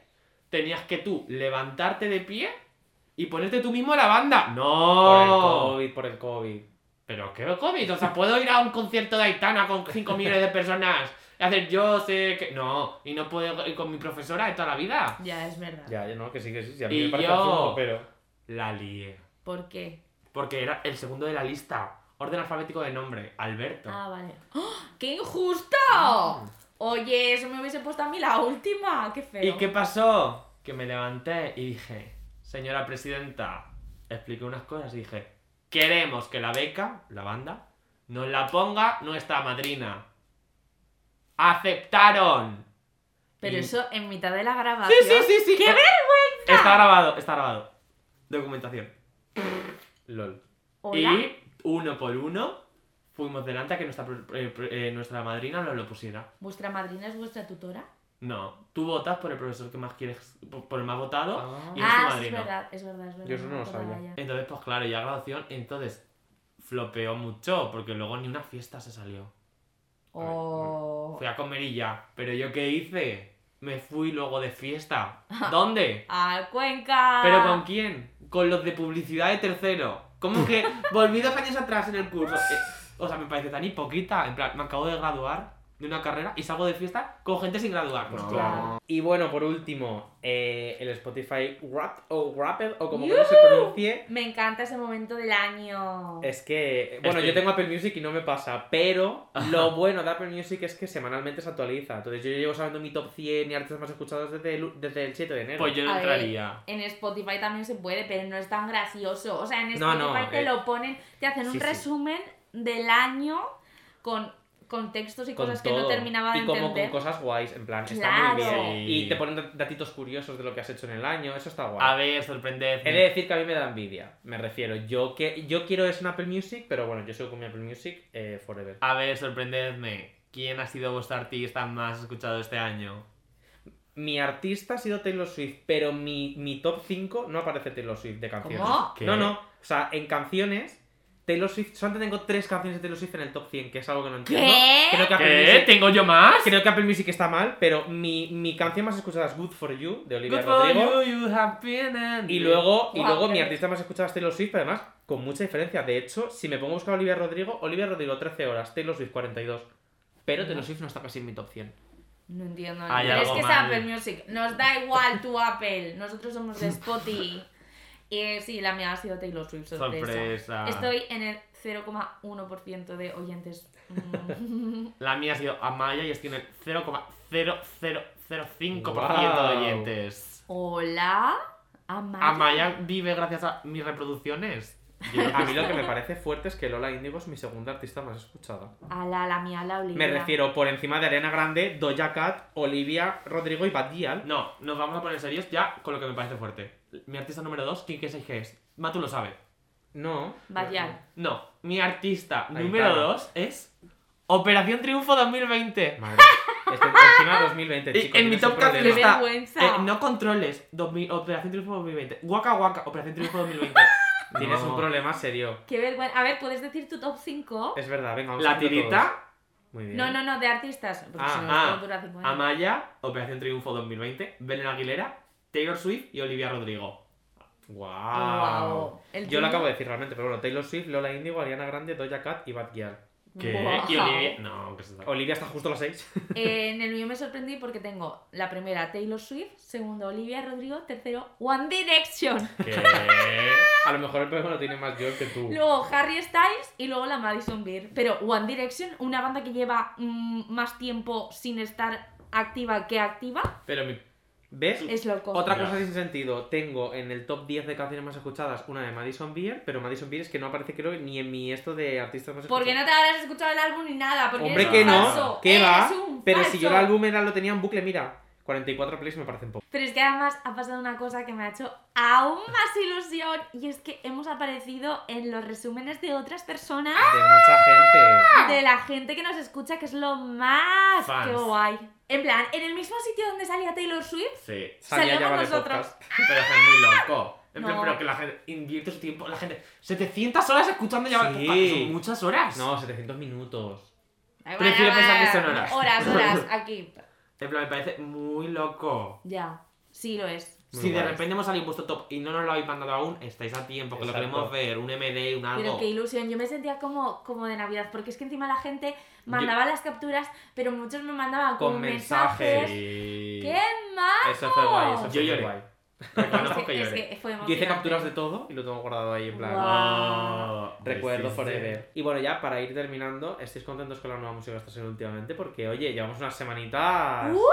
Speaker 2: tenías que tú levantarte de pie y ponerte tú mismo la banda.
Speaker 3: Por el
Speaker 2: ¡No!
Speaker 3: COVID, por el COVID.
Speaker 2: Pero qué COVID, o sea, puedo ir a un concierto de Aitana con 5 millones de personas y hacer yo sé que. No, y no puedo ir con mi profesora de toda la vida.
Speaker 1: Ya, es verdad.
Speaker 3: Ya, yo no, que sí, que sí. sí, a mí
Speaker 2: Y
Speaker 3: me parece
Speaker 2: yo-
Speaker 3: absurdo, pero.
Speaker 2: La lié.
Speaker 1: ¿Por qué?
Speaker 2: Porque era el segundo de la lista. Orden alfabético de nombre, Alberto.
Speaker 1: Ah, vale. ¡Oh! ¡Qué injusto! Oye, eso me hubiese puesto a mí la última. ¡Qué feo!
Speaker 2: ¿Y qué pasó? Que me levanté y dije, señora presidenta, expliqué unas cosas y dije, queremos que la beca, la banda, nos la ponga nuestra madrina. ¡Aceptaron!
Speaker 1: Pero
Speaker 2: Y-
Speaker 1: eso en mitad de la grabación.
Speaker 2: Sí, sí, sí, sí.
Speaker 1: ¡Qué vergüenza!
Speaker 2: Está grabado, está grabado. Documentación.
Speaker 3: LOL.
Speaker 1: Hola.
Speaker 2: Y uno por uno fuimos delante a que nuestra, pro- eh, pro- eh, nuestra madrina nos lo pusiera.
Speaker 1: ¿Vuestra madrina es vuestra tutora?
Speaker 2: No, tú votas por el profesor que más quieres, por, por el más votado
Speaker 3: Ah.
Speaker 2: y es tu
Speaker 1: ah, sí, es
Speaker 2: madrina.
Speaker 1: verdad, es verdad, es verdad.
Speaker 3: Yo eso no lo
Speaker 1: Toda
Speaker 3: sabía.
Speaker 1: la ya.
Speaker 2: Entonces, pues claro, ya graduación, entonces flopeó mucho, porque luego ni una fiesta se salió.
Speaker 1: Oh.
Speaker 2: Fui a comer y ya. Pero yo qué hice? Me fui luego de fiesta. ¿Dónde?
Speaker 1: ¡Al Cuenca! Ah.
Speaker 2: ¿Pero con quién? Con los de publicidad de tercero. Como que volví dos años atrás en el curso. Eh, O sea, me parece tan hipócrita. En plan, me acabo de graduar de una carrera y salgo de fiesta con gente sin graduar.
Speaker 3: Pues
Speaker 2: No.
Speaker 3: claro. Y bueno, por último, eh, el Spotify Wrapped o Wrapped o como
Speaker 1: ¡Yujú!
Speaker 3: no se pronuncie.
Speaker 1: Me encanta ese momento del año.
Speaker 3: Es que, bueno,
Speaker 2: que-
Speaker 3: yo tengo Apple Music y no me pasa, pero lo bueno de Apple Music es que semanalmente se actualiza. Entonces yo llevo sabiendo mi top 100 y artistas más escuchados desde el, desde el 7 de enero.
Speaker 2: Pues yo no
Speaker 1: A ver,
Speaker 2: entraría.
Speaker 1: En Spotify también se puede, pero no es tan gracioso. O sea, en
Speaker 3: No,
Speaker 1: Spotify
Speaker 3: no,
Speaker 1: te
Speaker 3: eh,
Speaker 1: lo ponen, te hacen un
Speaker 3: sí, sí.
Speaker 1: resumen del año con, con textos y
Speaker 3: con
Speaker 1: cosas que no
Speaker 3: todo.
Speaker 1: terminaba de
Speaker 3: Y como
Speaker 1: entender.
Speaker 3: con cosas guays, en plan, está
Speaker 1: Claro.
Speaker 3: muy bien.
Speaker 2: Sí.
Speaker 3: Y te ponen dat- datitos curiosos de lo que has hecho en el año, eso está guay.
Speaker 2: A ver, sorprended.
Speaker 3: He de decir que a mí me da envidia, me refiero. Yo que yo quiero es un Apple Music, pero bueno, yo sigo con mi Apple Music eh, forever.
Speaker 2: A ver, sorprendedme. ¿Quién ha sido vuestro artista más escuchado este año?
Speaker 3: Mi artista ha sido Taylor Swift, pero mi, mi top 5 no aparece Taylor Swift de canciones.
Speaker 1: ¿Cómo?
Speaker 2: ¿Qué?
Speaker 3: No, no. O sea, en canciones, Taylor Swift, solamente tengo tres canciones de Taylor Swift en el top 100, que es algo que no entiendo.
Speaker 1: ¿Qué?
Speaker 3: Creo que Apple
Speaker 2: ¿Qué?
Speaker 3: Music,
Speaker 2: ¿Tengo yo más?
Speaker 3: creo que Apple Music está mal, pero mi, mi canción más escuchada es Good For You, de Olivia
Speaker 2: Good for
Speaker 3: Rodrigo.
Speaker 2: you, you have been and-
Speaker 3: Y luego, y
Speaker 1: Guau,
Speaker 3: luego mi
Speaker 1: pero-
Speaker 3: artista más escuchado es Taylor Swift, pero además, con mucha diferencia. De hecho, si me pongo a buscar a Olivia Rodrigo, Olivia Rodrigo 13 horas, Taylor Swift 42. Pero Taylor Swift no está casi en mi top 100.
Speaker 1: No entiendo. no
Speaker 2: Hay
Speaker 1: entiendo. es
Speaker 2: algo
Speaker 1: que es
Speaker 2: mal.
Speaker 1: Apple Music. Nos da igual tu Apple. Nosotros somos de Spotify. y sí, la mía ha sido Taylor Swift. Sorpresa.
Speaker 2: Sorpresa.
Speaker 1: Estoy en el 0,1% de oyentes. Mm.
Speaker 2: La mía ha sido Amaya y estoy en el 0,0005% de
Speaker 3: Wow.
Speaker 2: oyentes.
Speaker 1: Hola.
Speaker 2: Ah,
Speaker 1: Amaya.
Speaker 2: Amaya vive gracias a mis reproducciones.
Speaker 3: A mí lo que me parece fuerte es que Lola Indigo es mi segunda artista más escuchada.
Speaker 1: A la, la mía, la Olivia.
Speaker 3: Me refiero por encima de Arena Grande, Doja Cat, Olivia Rodrigo y Bad Gyal.
Speaker 2: No, nos vamos a poner serios ya con lo que me parece fuerte. Mi artista número 2, Kike 6G es. Matu lo sabe.
Speaker 3: No.
Speaker 1: Vaya.
Speaker 2: No, mi artista
Speaker 3: Ahí
Speaker 2: número
Speaker 3: está.
Speaker 2: 2 es Operación Triunfo 2020.
Speaker 3: Madre. Es que encima 2020,
Speaker 2: Y
Speaker 3: chicos.
Speaker 2: en mi
Speaker 3: tienes un
Speaker 2: top 14
Speaker 3: problema.
Speaker 1: Qué
Speaker 2: está
Speaker 1: vergüenza.
Speaker 2: eh, No controles 2000 Operación Triunfo 2020. Waka Waka Operación Triunfo 2020.
Speaker 3: Tienes un
Speaker 2: No.
Speaker 3: problema serio.
Speaker 1: Qué vergüenza. A ver, ¿puedes decir tu top 5?
Speaker 3: Es verdad, venga, vamos
Speaker 2: La
Speaker 3: haciendo todos.
Speaker 2: tirita,
Speaker 3: Muy bien.
Speaker 1: No, no, no, de artistas. Porque
Speaker 2: Ah,
Speaker 1: si no,
Speaker 2: ah,
Speaker 1: no dura cinco años.
Speaker 2: Amaya, Operación Triunfo 2020, Belén Aguilera, Taylor Swift y Olivia Rodrigo.
Speaker 3: Guau.
Speaker 1: Guau. El
Speaker 3: Yo
Speaker 1: tuyo.
Speaker 3: lo acabo de decir realmente, pero bueno, Taylor Swift, Lola Indigo, Ariana Grande, Doja Cat y Bad Gyal.
Speaker 1: Guau.
Speaker 2: ¿Y Olivia? No, que se sabe.
Speaker 3: Olivia está justo a las 6.
Speaker 1: Eh, en el mío me sorprendí porque tengo la primera Taylor Swift, segundo Olivia Rodrigo, tercero One Direction,
Speaker 2: ¿Qué?
Speaker 3: A lo mejor el problema lo tiene más yo que tú.
Speaker 1: luego Harry Styles y luego la Madison Beer. Pero One Direction, una banda que lleva mm, más tiempo sin estar activa que activa,
Speaker 2: Pero mi...
Speaker 3: ¿Ves?
Speaker 1: es loco.
Speaker 3: Otra
Speaker 2: Ya.
Speaker 3: cosa sin sentido. Tengo en el top 10 de canciones más escuchadas una de Madison Beer, pero Madison Beer es que no aparece creo ni en mi esto de artistas más escuchados.
Speaker 1: Porque no te habrás escuchado el álbum ni nada, porque
Speaker 3: Hombre
Speaker 1: eres
Speaker 3: que
Speaker 1: un
Speaker 3: no,
Speaker 1: falso,
Speaker 3: que
Speaker 1: eres
Speaker 3: va.
Speaker 1: un
Speaker 3: Pero si yo el
Speaker 1: falso.
Speaker 3: álbum era, lo tenía en bucle, mira. 44 plays me parecen poco.
Speaker 1: Pero es que además ha pasado una cosa que me ha hecho aún más ilusión y es que hemos aparecido en los resúmenes de otras personas
Speaker 3: De mucha gente.
Speaker 1: de la gente que nos escucha, que es lo más
Speaker 2: Fans.
Speaker 1: que guay. En plan, en el mismo sitio donde salía Taylor Swift,
Speaker 2: Sí.
Speaker 3: Salía
Speaker 1: Salíamos
Speaker 3: ya vale
Speaker 1: nosotros.
Speaker 3: podcast.
Speaker 2: Pero es muy loco. En plan,
Speaker 1: No.
Speaker 2: Pero que la gente invierte su tiempo. La gente... 700 horas escuchando ya
Speaker 3: Sí.
Speaker 2: Son muchas horas.
Speaker 3: No, 700 minutos.
Speaker 2: Prefiero pensar que son horas.
Speaker 1: Horas, horas, aquí.
Speaker 2: En plan, me parece muy loco.
Speaker 1: Ya, sí lo es.
Speaker 3: Muy
Speaker 2: si de
Speaker 3: guay.
Speaker 2: repente hemos salido en vuestro top y no nos lo habéis mandado aún, estáis a tiempo, que
Speaker 3: Exacto.
Speaker 2: lo queremos ver, un MD, un
Speaker 1: Pero
Speaker 2: algo.
Speaker 1: qué ilusión, yo me sentía como, como de Navidad, porque es que encima la gente mandaba las capturas, pero muchos me mandaban
Speaker 3: Con
Speaker 1: como
Speaker 3: mensajes.
Speaker 1: mensajes. ¡Qué mal!
Speaker 3: Eso fue guay, eso
Speaker 1: Yo
Speaker 3: fue
Speaker 2: lloré.
Speaker 3: guay.
Speaker 2: Reconozco que
Speaker 1: es
Speaker 2: lloré.
Speaker 1: que fue
Speaker 3: Yo hice
Speaker 1: emocionante.
Speaker 3: capturas de todo y lo tengo guardado ahí en plan.
Speaker 1: Guau.
Speaker 2: Oh,
Speaker 1: Ah,
Speaker 2: Sí,
Speaker 3: Recuerdo
Speaker 2: sí, sí.
Speaker 3: forever. Y bueno, ya para ir terminando, ¿estáis contentos con la nueva música que está saliendo últimamente? Porque, oye, llevamos unas semanitas.
Speaker 1: ¡Guau!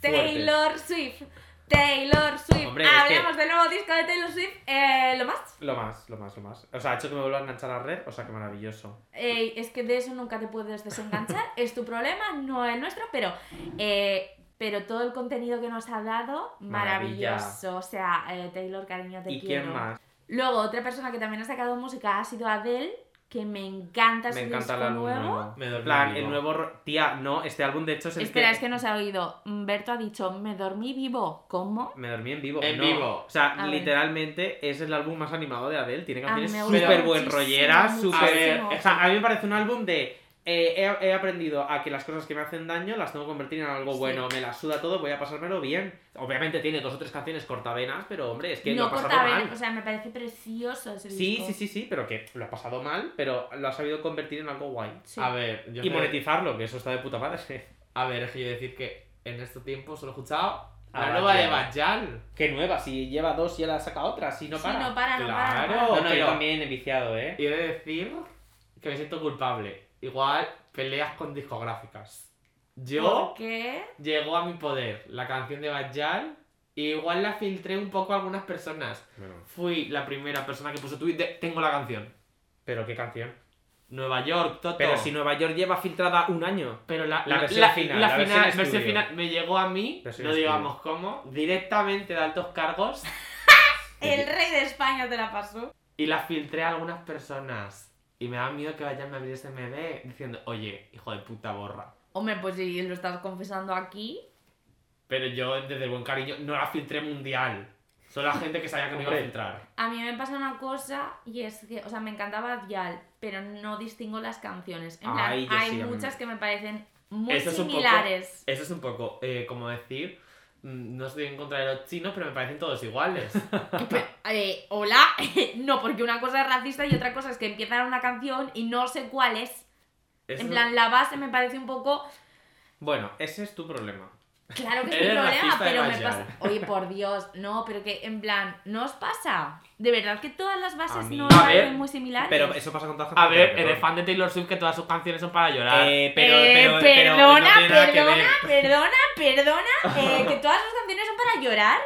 Speaker 1: Taylor Swift. Taylor Swift.
Speaker 3: Hombre, es
Speaker 1: Hablemos del nuevo disco de Taylor Swift. eh, lo más.
Speaker 3: Lo más, lo más, lo más. O sea, ha hecho que me vuelva a enganchar a la red, o sea, que maravilloso.
Speaker 1: Ey, es que de eso nunca te puedes desenganchar. es tu problema, no el nuestro, pero. eh, pero todo el contenido que nos ha dado,
Speaker 3: Maravilla.
Speaker 1: maravilloso. O sea, eh, Taylor, cariño, te
Speaker 3: ¿Y
Speaker 1: quiero.
Speaker 3: quién más?
Speaker 1: Luego, otra persona que también ha sacado música ha sido Adele, que me encanta
Speaker 3: Me
Speaker 1: su
Speaker 3: encanta el
Speaker 1: disco
Speaker 3: álbum
Speaker 1: nuevo.
Speaker 3: nuevo.
Speaker 2: Me
Speaker 3: En
Speaker 2: dormí
Speaker 3: plan,
Speaker 2: vivo.
Speaker 3: el nuevo. ro- Tía, no, este álbum de hecho es el
Speaker 1: Espera,
Speaker 3: que.
Speaker 1: es que no se ha oído. Berto ha dicho, me dormí vivo. ¿Cómo?
Speaker 3: Me dormí en vivo.
Speaker 2: En
Speaker 3: no.
Speaker 2: vivo.
Speaker 3: O sea,
Speaker 1: A ver.
Speaker 3: literalmente es el álbum más animado de Adele. Tiene
Speaker 1: A mí
Speaker 3: canciones
Speaker 1: me gusta
Speaker 3: súper buen
Speaker 1: muchísimo,
Speaker 3: rolleras,
Speaker 1: muchísimo.
Speaker 3: súper. O sea, a mí me parece un álbum de. eh, he, he aprendido a que las cosas que me hacen daño las tengo que convertir en algo
Speaker 1: Sí.
Speaker 3: bueno, me las suda todo, voy a pasármelo bien. Obviamente tiene dos o tres canciones cortavenas, pero hombre, es que lo
Speaker 1: no
Speaker 3: ha pasado
Speaker 1: corta
Speaker 3: mal.
Speaker 1: venas, o sea, me parece precioso ese
Speaker 3: Sí,
Speaker 1: disco.
Speaker 3: sí, sí, sí, pero que lo ha pasado mal, pero lo ha sabido convertir en algo guay. Ah,
Speaker 1: Sí.
Speaker 2: A ver, yo
Speaker 3: Y
Speaker 2: me-
Speaker 3: monetizarlo, que eso está de puta madre.
Speaker 2: A ver, es que yo decir que en este tiempo solo he escuchado
Speaker 3: A
Speaker 2: la nueva de
Speaker 3: Bajal.
Speaker 2: Bajal.
Speaker 3: Qué nueva, si lleva dos y ahora saca otra, si no
Speaker 1: Sí,
Speaker 3: para.
Speaker 1: no para, no para, no
Speaker 2: Claro.
Speaker 1: para.
Speaker 3: No, no, yo
Speaker 2: pero-
Speaker 3: también he viciado, ¿eh?
Speaker 2: Y he de decir que me siento culpable. Igual peleas con discográficas. Yo
Speaker 1: ¿Por qué?
Speaker 2: llegó a mi poder la canción de Bajal y igual la filtré un poco a algunas personas. Fui la primera persona que puso tweet de tengo la canción.
Speaker 3: Pero qué canción.
Speaker 2: Nueva York, Toto.
Speaker 3: Pero si Nueva York lleva filtrada un año.
Speaker 2: Pero la,
Speaker 3: La
Speaker 2: la-
Speaker 3: versión
Speaker 2: la-
Speaker 3: final,
Speaker 2: la
Speaker 3: la
Speaker 2: final,
Speaker 3: versión
Speaker 2: versión
Speaker 3: estudio.
Speaker 2: final me llegó a mí,
Speaker 3: Versión
Speaker 2: no
Speaker 3: estudio.
Speaker 2: digamos cómo, directamente de altos cargos
Speaker 1: El rey de España te la pasó.
Speaker 2: y la filtré a algunas personas. Y me da miedo que vayan a abrir ese MD diciendo, oye, hijo de puta borra.
Speaker 1: Hombre, pues si lo estás confesando aquí.
Speaker 2: Pero yo, desde el buen cariño, no la filtré mundial. Solo la gente que sabía que me iba a
Speaker 3: Hombre.
Speaker 2: filtrar.
Speaker 1: A mí me pasa una cosa y es que, o sea, me encantaba Dial, pero no distingo las canciones. En plan,
Speaker 3: Ay, yo
Speaker 1: hay
Speaker 3: sí, a mí
Speaker 1: muchas
Speaker 3: me-
Speaker 1: que me parecen muy
Speaker 2: Eso es un poco-
Speaker 1: similares.
Speaker 2: Eso es un poco, eh, como decir, mm, no estoy en contra de los chinos, pero me parecen todos iguales.
Speaker 1: Eh, hola, no, porque una cosa es racista y otra cosa es que empiezan una canción y no sé cuál es.
Speaker 2: Eso-
Speaker 1: En plan, la base me parece un poco.
Speaker 3: Bueno, ese es tu problema.
Speaker 1: Claro que es
Speaker 2: Eres
Speaker 1: un problema,
Speaker 2: racista de
Speaker 1: pero me
Speaker 2: Bajal.
Speaker 1: pasa. Oye, por Dios, no, pero que en plan, ¿no os pasa? De verdad que todas las bases
Speaker 3: mí-
Speaker 1: no
Speaker 2: A
Speaker 1: parecen
Speaker 2: ver,
Speaker 1: muy similares.
Speaker 3: Pero eso pasa con todas las
Speaker 2: A
Speaker 3: canciones
Speaker 2: ver,
Speaker 3: de
Speaker 2: eres
Speaker 3: reggaetón.
Speaker 2: fan de Taylor Swift que todas sus canciones son para llorar.
Speaker 3: Eh, pero,
Speaker 1: Eh,
Speaker 3: pero, pero no
Speaker 1: perdona,
Speaker 3: tiene nada que ver.
Speaker 1: perdona, perdona, perdona, eh, que todas las canciones son para llorar.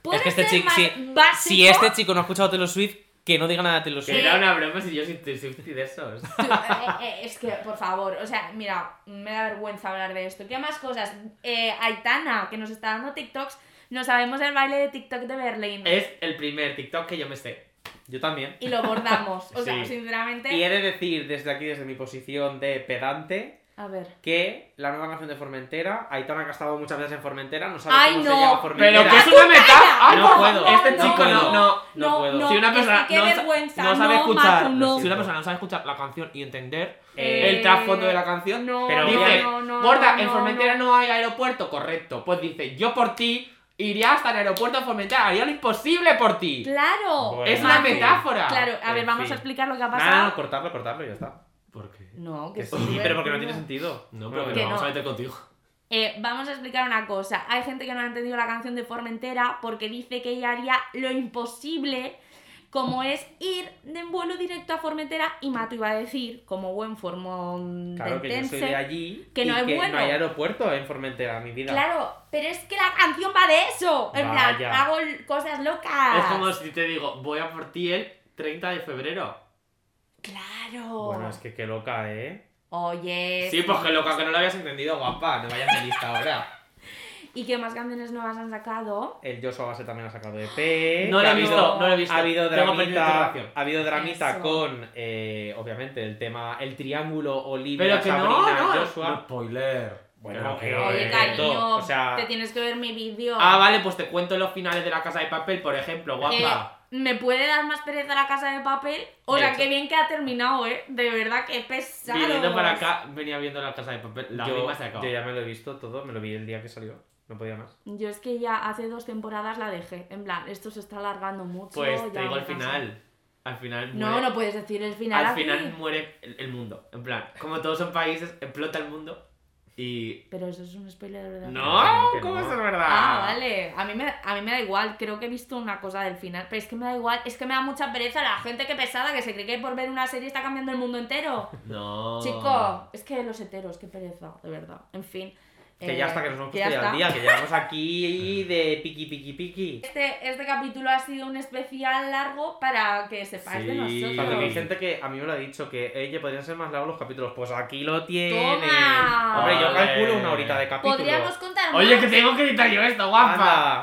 Speaker 1: Puede
Speaker 3: Es que este
Speaker 1: ser
Speaker 3: chico,
Speaker 1: más
Speaker 3: si,
Speaker 1: básico.
Speaker 3: si este chico no ha escuchado Taylor Swift, que no diga nada de Taylor
Speaker 2: Que
Speaker 3: Swift.
Speaker 2: Era una broma si yo soy Taylor Swift y de esos.
Speaker 1: Tú, eh, eh, es que, por favor, o sea, mira, me da vergüenza hablar de esto. ¿Qué más cosas? Eh, Aitana, que nos está dando TikToks, no sabemos el baile de TikTok de Berlín.
Speaker 3: Eh.
Speaker 2: Es el primer TikTok que yo me sé.
Speaker 3: Yo también.
Speaker 1: Y lo bordamos. O sea,
Speaker 2: Sí.
Speaker 1: sinceramente.
Speaker 3: Y he de decir desde aquí, desde mi posición de pedante,
Speaker 1: A ver.
Speaker 3: que la nueva canción de Formentera, Aitana que ha estado muchas veces en Formentera, no sabe
Speaker 1: Ay,
Speaker 3: cómo
Speaker 1: no.
Speaker 3: se llama Formentera.
Speaker 2: Pero que es una metáfora.
Speaker 1: ¡Calla!
Speaker 3: No puedo.
Speaker 2: Este
Speaker 3: no,
Speaker 2: chico no,
Speaker 3: no,
Speaker 2: no.
Speaker 3: no puedo.
Speaker 2: si una
Speaker 1: que sí,
Speaker 2: persona
Speaker 1: qué
Speaker 2: no, sa-
Speaker 1: vergüenza,
Speaker 2: no sabe
Speaker 1: no,
Speaker 2: escuchar,
Speaker 1: Matu, no.
Speaker 2: si una persona no sabe escuchar la canción y entender
Speaker 3: Eh,
Speaker 2: el trasfondo de la canción,
Speaker 1: no,
Speaker 3: pero
Speaker 2: dice,
Speaker 1: no, no,
Speaker 2: gorda,
Speaker 1: no,
Speaker 2: en
Speaker 1: no,
Speaker 2: Formentera no. hay aeropuerto, correcto. Pues dice, yo por ti iría hasta el aeropuerto de Formentera, haría lo imposible por ti.
Speaker 1: Claro.
Speaker 3: Bueno,
Speaker 2: es una
Speaker 3: en fin.
Speaker 2: metáfora.
Speaker 1: Claro, a
Speaker 3: En
Speaker 1: ver, vamos
Speaker 3: fin.
Speaker 1: a explicar lo que ha
Speaker 3: Nada,
Speaker 1: pasado.
Speaker 3: no, cortarlo, cortarlo y ya está.
Speaker 2: ¿Por qué?
Speaker 1: No, que
Speaker 3: Que
Speaker 1: sí.
Speaker 3: sí, pero porque no tiene
Speaker 1: tienes
Speaker 3: sentido.
Speaker 2: No, pero
Speaker 1: Que
Speaker 2: no, vamos
Speaker 1: no.
Speaker 2: a meter contigo.
Speaker 1: Eh, vamos a explicar una cosa. Hay gente que no ha entendido la canción de forma entera porque dice que ella haría lo imposible, como es ir de vuelo directo a Formentera. Y Mato iba a decir, como buen formón
Speaker 3: Claro que yo soy de allí
Speaker 1: que
Speaker 3: y
Speaker 1: no hay
Speaker 3: que
Speaker 1: vuelo.
Speaker 3: no hay aeropuerto en Formentera, mi vida.
Speaker 1: Claro, pero es que la canción va de eso. En plan,
Speaker 3: Vaya.
Speaker 1: hago l- cosas locas.
Speaker 2: Es como si te digo, voy a por ti el 30 de febrero.
Speaker 1: Claro.
Speaker 3: Bueno, es que qué loca, ¿eh?
Speaker 1: Oye.
Speaker 2: Sí, pues que loca, que no lo habías entendido, guapa. No vayas de lista ahora.
Speaker 1: ¿Y qué más canciones nuevas han sacado?
Speaker 3: El Joshua Base también ha sacado EP.
Speaker 2: No lo he
Speaker 3: ha habido-
Speaker 2: visto, no lo he visto.
Speaker 3: Ha habido
Speaker 2: Tengo pendiente de
Speaker 3: dramita,
Speaker 2: relación.
Speaker 3: ha habido dramita
Speaker 1: Eso.
Speaker 3: con, eh, obviamente, el tema, el triángulo Olivia,
Speaker 2: Pero que no,
Speaker 3: Sabrina,
Speaker 2: no.
Speaker 3: Joshua.
Speaker 2: spoiler.
Speaker 3: Bueno,
Speaker 2: que
Speaker 3: pero-
Speaker 1: Oye,
Speaker 3: eh,
Speaker 1: cariño,
Speaker 3: todo, o sea-
Speaker 1: te tienes que ver mi vídeo.
Speaker 2: Ah, vale, pues te cuento los finales de la casa de papel, por ejemplo, guapa.
Speaker 1: Eh, me puede dar más pereza la casa de papel. O
Speaker 2: De
Speaker 1: sea,
Speaker 2: hecho.
Speaker 1: qué bien que ha terminado, ¿eh? De verdad, que pesado.
Speaker 2: Viniendo para acá, venía viendo la casa de papel. La
Speaker 3: yo,
Speaker 2: misma se acabó.
Speaker 3: yo ya me lo he visto todo, me lo vi el día que salió. No podía más.
Speaker 1: Yo es que ya hace dos temporadas la dejé. En plan, esto se está alargando mucho.
Speaker 2: Pues
Speaker 1: ya
Speaker 2: te digo
Speaker 1: me
Speaker 2: el
Speaker 1: cansa.
Speaker 2: final. Al final
Speaker 1: No,
Speaker 2: muere.
Speaker 1: no puedes decir el final.
Speaker 2: Al
Speaker 1: aquí.
Speaker 2: pues final muere el, el mundo. En plan, como todos son países, explota el mundo. Y.
Speaker 1: Pero eso es un spoiler de verdad.
Speaker 2: No,
Speaker 3: que no.
Speaker 2: ¿cómo es de verdad?
Speaker 1: Ah, vale. A mí, me, a mí me da igual. Creo que he visto una cosa del final. Pero es que me da igual. Es que me da mucha pereza la gente que pesada, que se cree que por ver una serie está cambiando el mundo entero.
Speaker 2: No.
Speaker 1: Chico, es que los heteros, qué pereza, de verdad. En fin.
Speaker 3: Que
Speaker 1: eh,
Speaker 3: ya hasta que nos hemos
Speaker 1: que ya
Speaker 3: puesto ya
Speaker 1: está.
Speaker 3: al día, que llevamos aquí de piqui, piqui, piqui.
Speaker 1: Este, este capítulo ha sido un especial largo para que sepáis de
Speaker 2: Sí.
Speaker 3: Tanto que hay
Speaker 1: nosotros.
Speaker 3: gente que a mí me lo ha dicho, que ella podrían ser más largos los capítulos. Pues aquí lo tienen.
Speaker 1: Toma.
Speaker 3: Hombre, yo
Speaker 2: Ole.
Speaker 3: calculo una horita de capítulo.
Speaker 1: Podríamos contar más.
Speaker 2: Oye, que tengo que editar yo esto, guapa.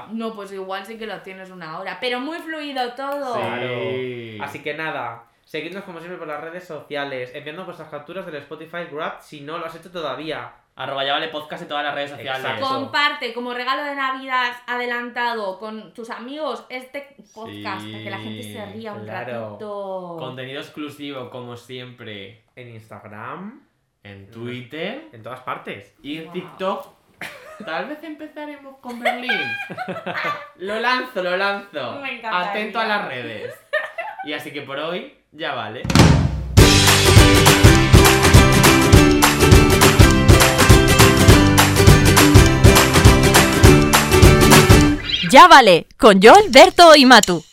Speaker 3: Anda.
Speaker 1: No, pues igual sí que lo tienes una hora. Pero muy fluido todo.
Speaker 2: Sí.
Speaker 3: Claro. Así que nada, seguidnos como siempre por las redes sociales, enviadnos vuestras capturas del Spotify Grab si no lo has hecho todavía.
Speaker 2: Arroba ya vale podcast en todas las redes sociales.
Speaker 3: Exacto. Eso.
Speaker 1: Comparte como regalo de Navidad adelantado con tus amigos este podcast para que la gente se ría un
Speaker 3: claro.
Speaker 1: ratito.
Speaker 2: Contenido exclusivo, como siempre.
Speaker 3: En Instagram,
Speaker 2: en Twitter,
Speaker 3: En todas partes.
Speaker 2: Y en
Speaker 1: Wow.
Speaker 2: TikTok, tal vez empezaremos con Berlín. lo lanzo, lo lanzo.
Speaker 1: Me encantaría.
Speaker 2: Atento a las redes. Y así que por hoy ya vale.
Speaker 4: Ya vale con Joel, Berto y Matu.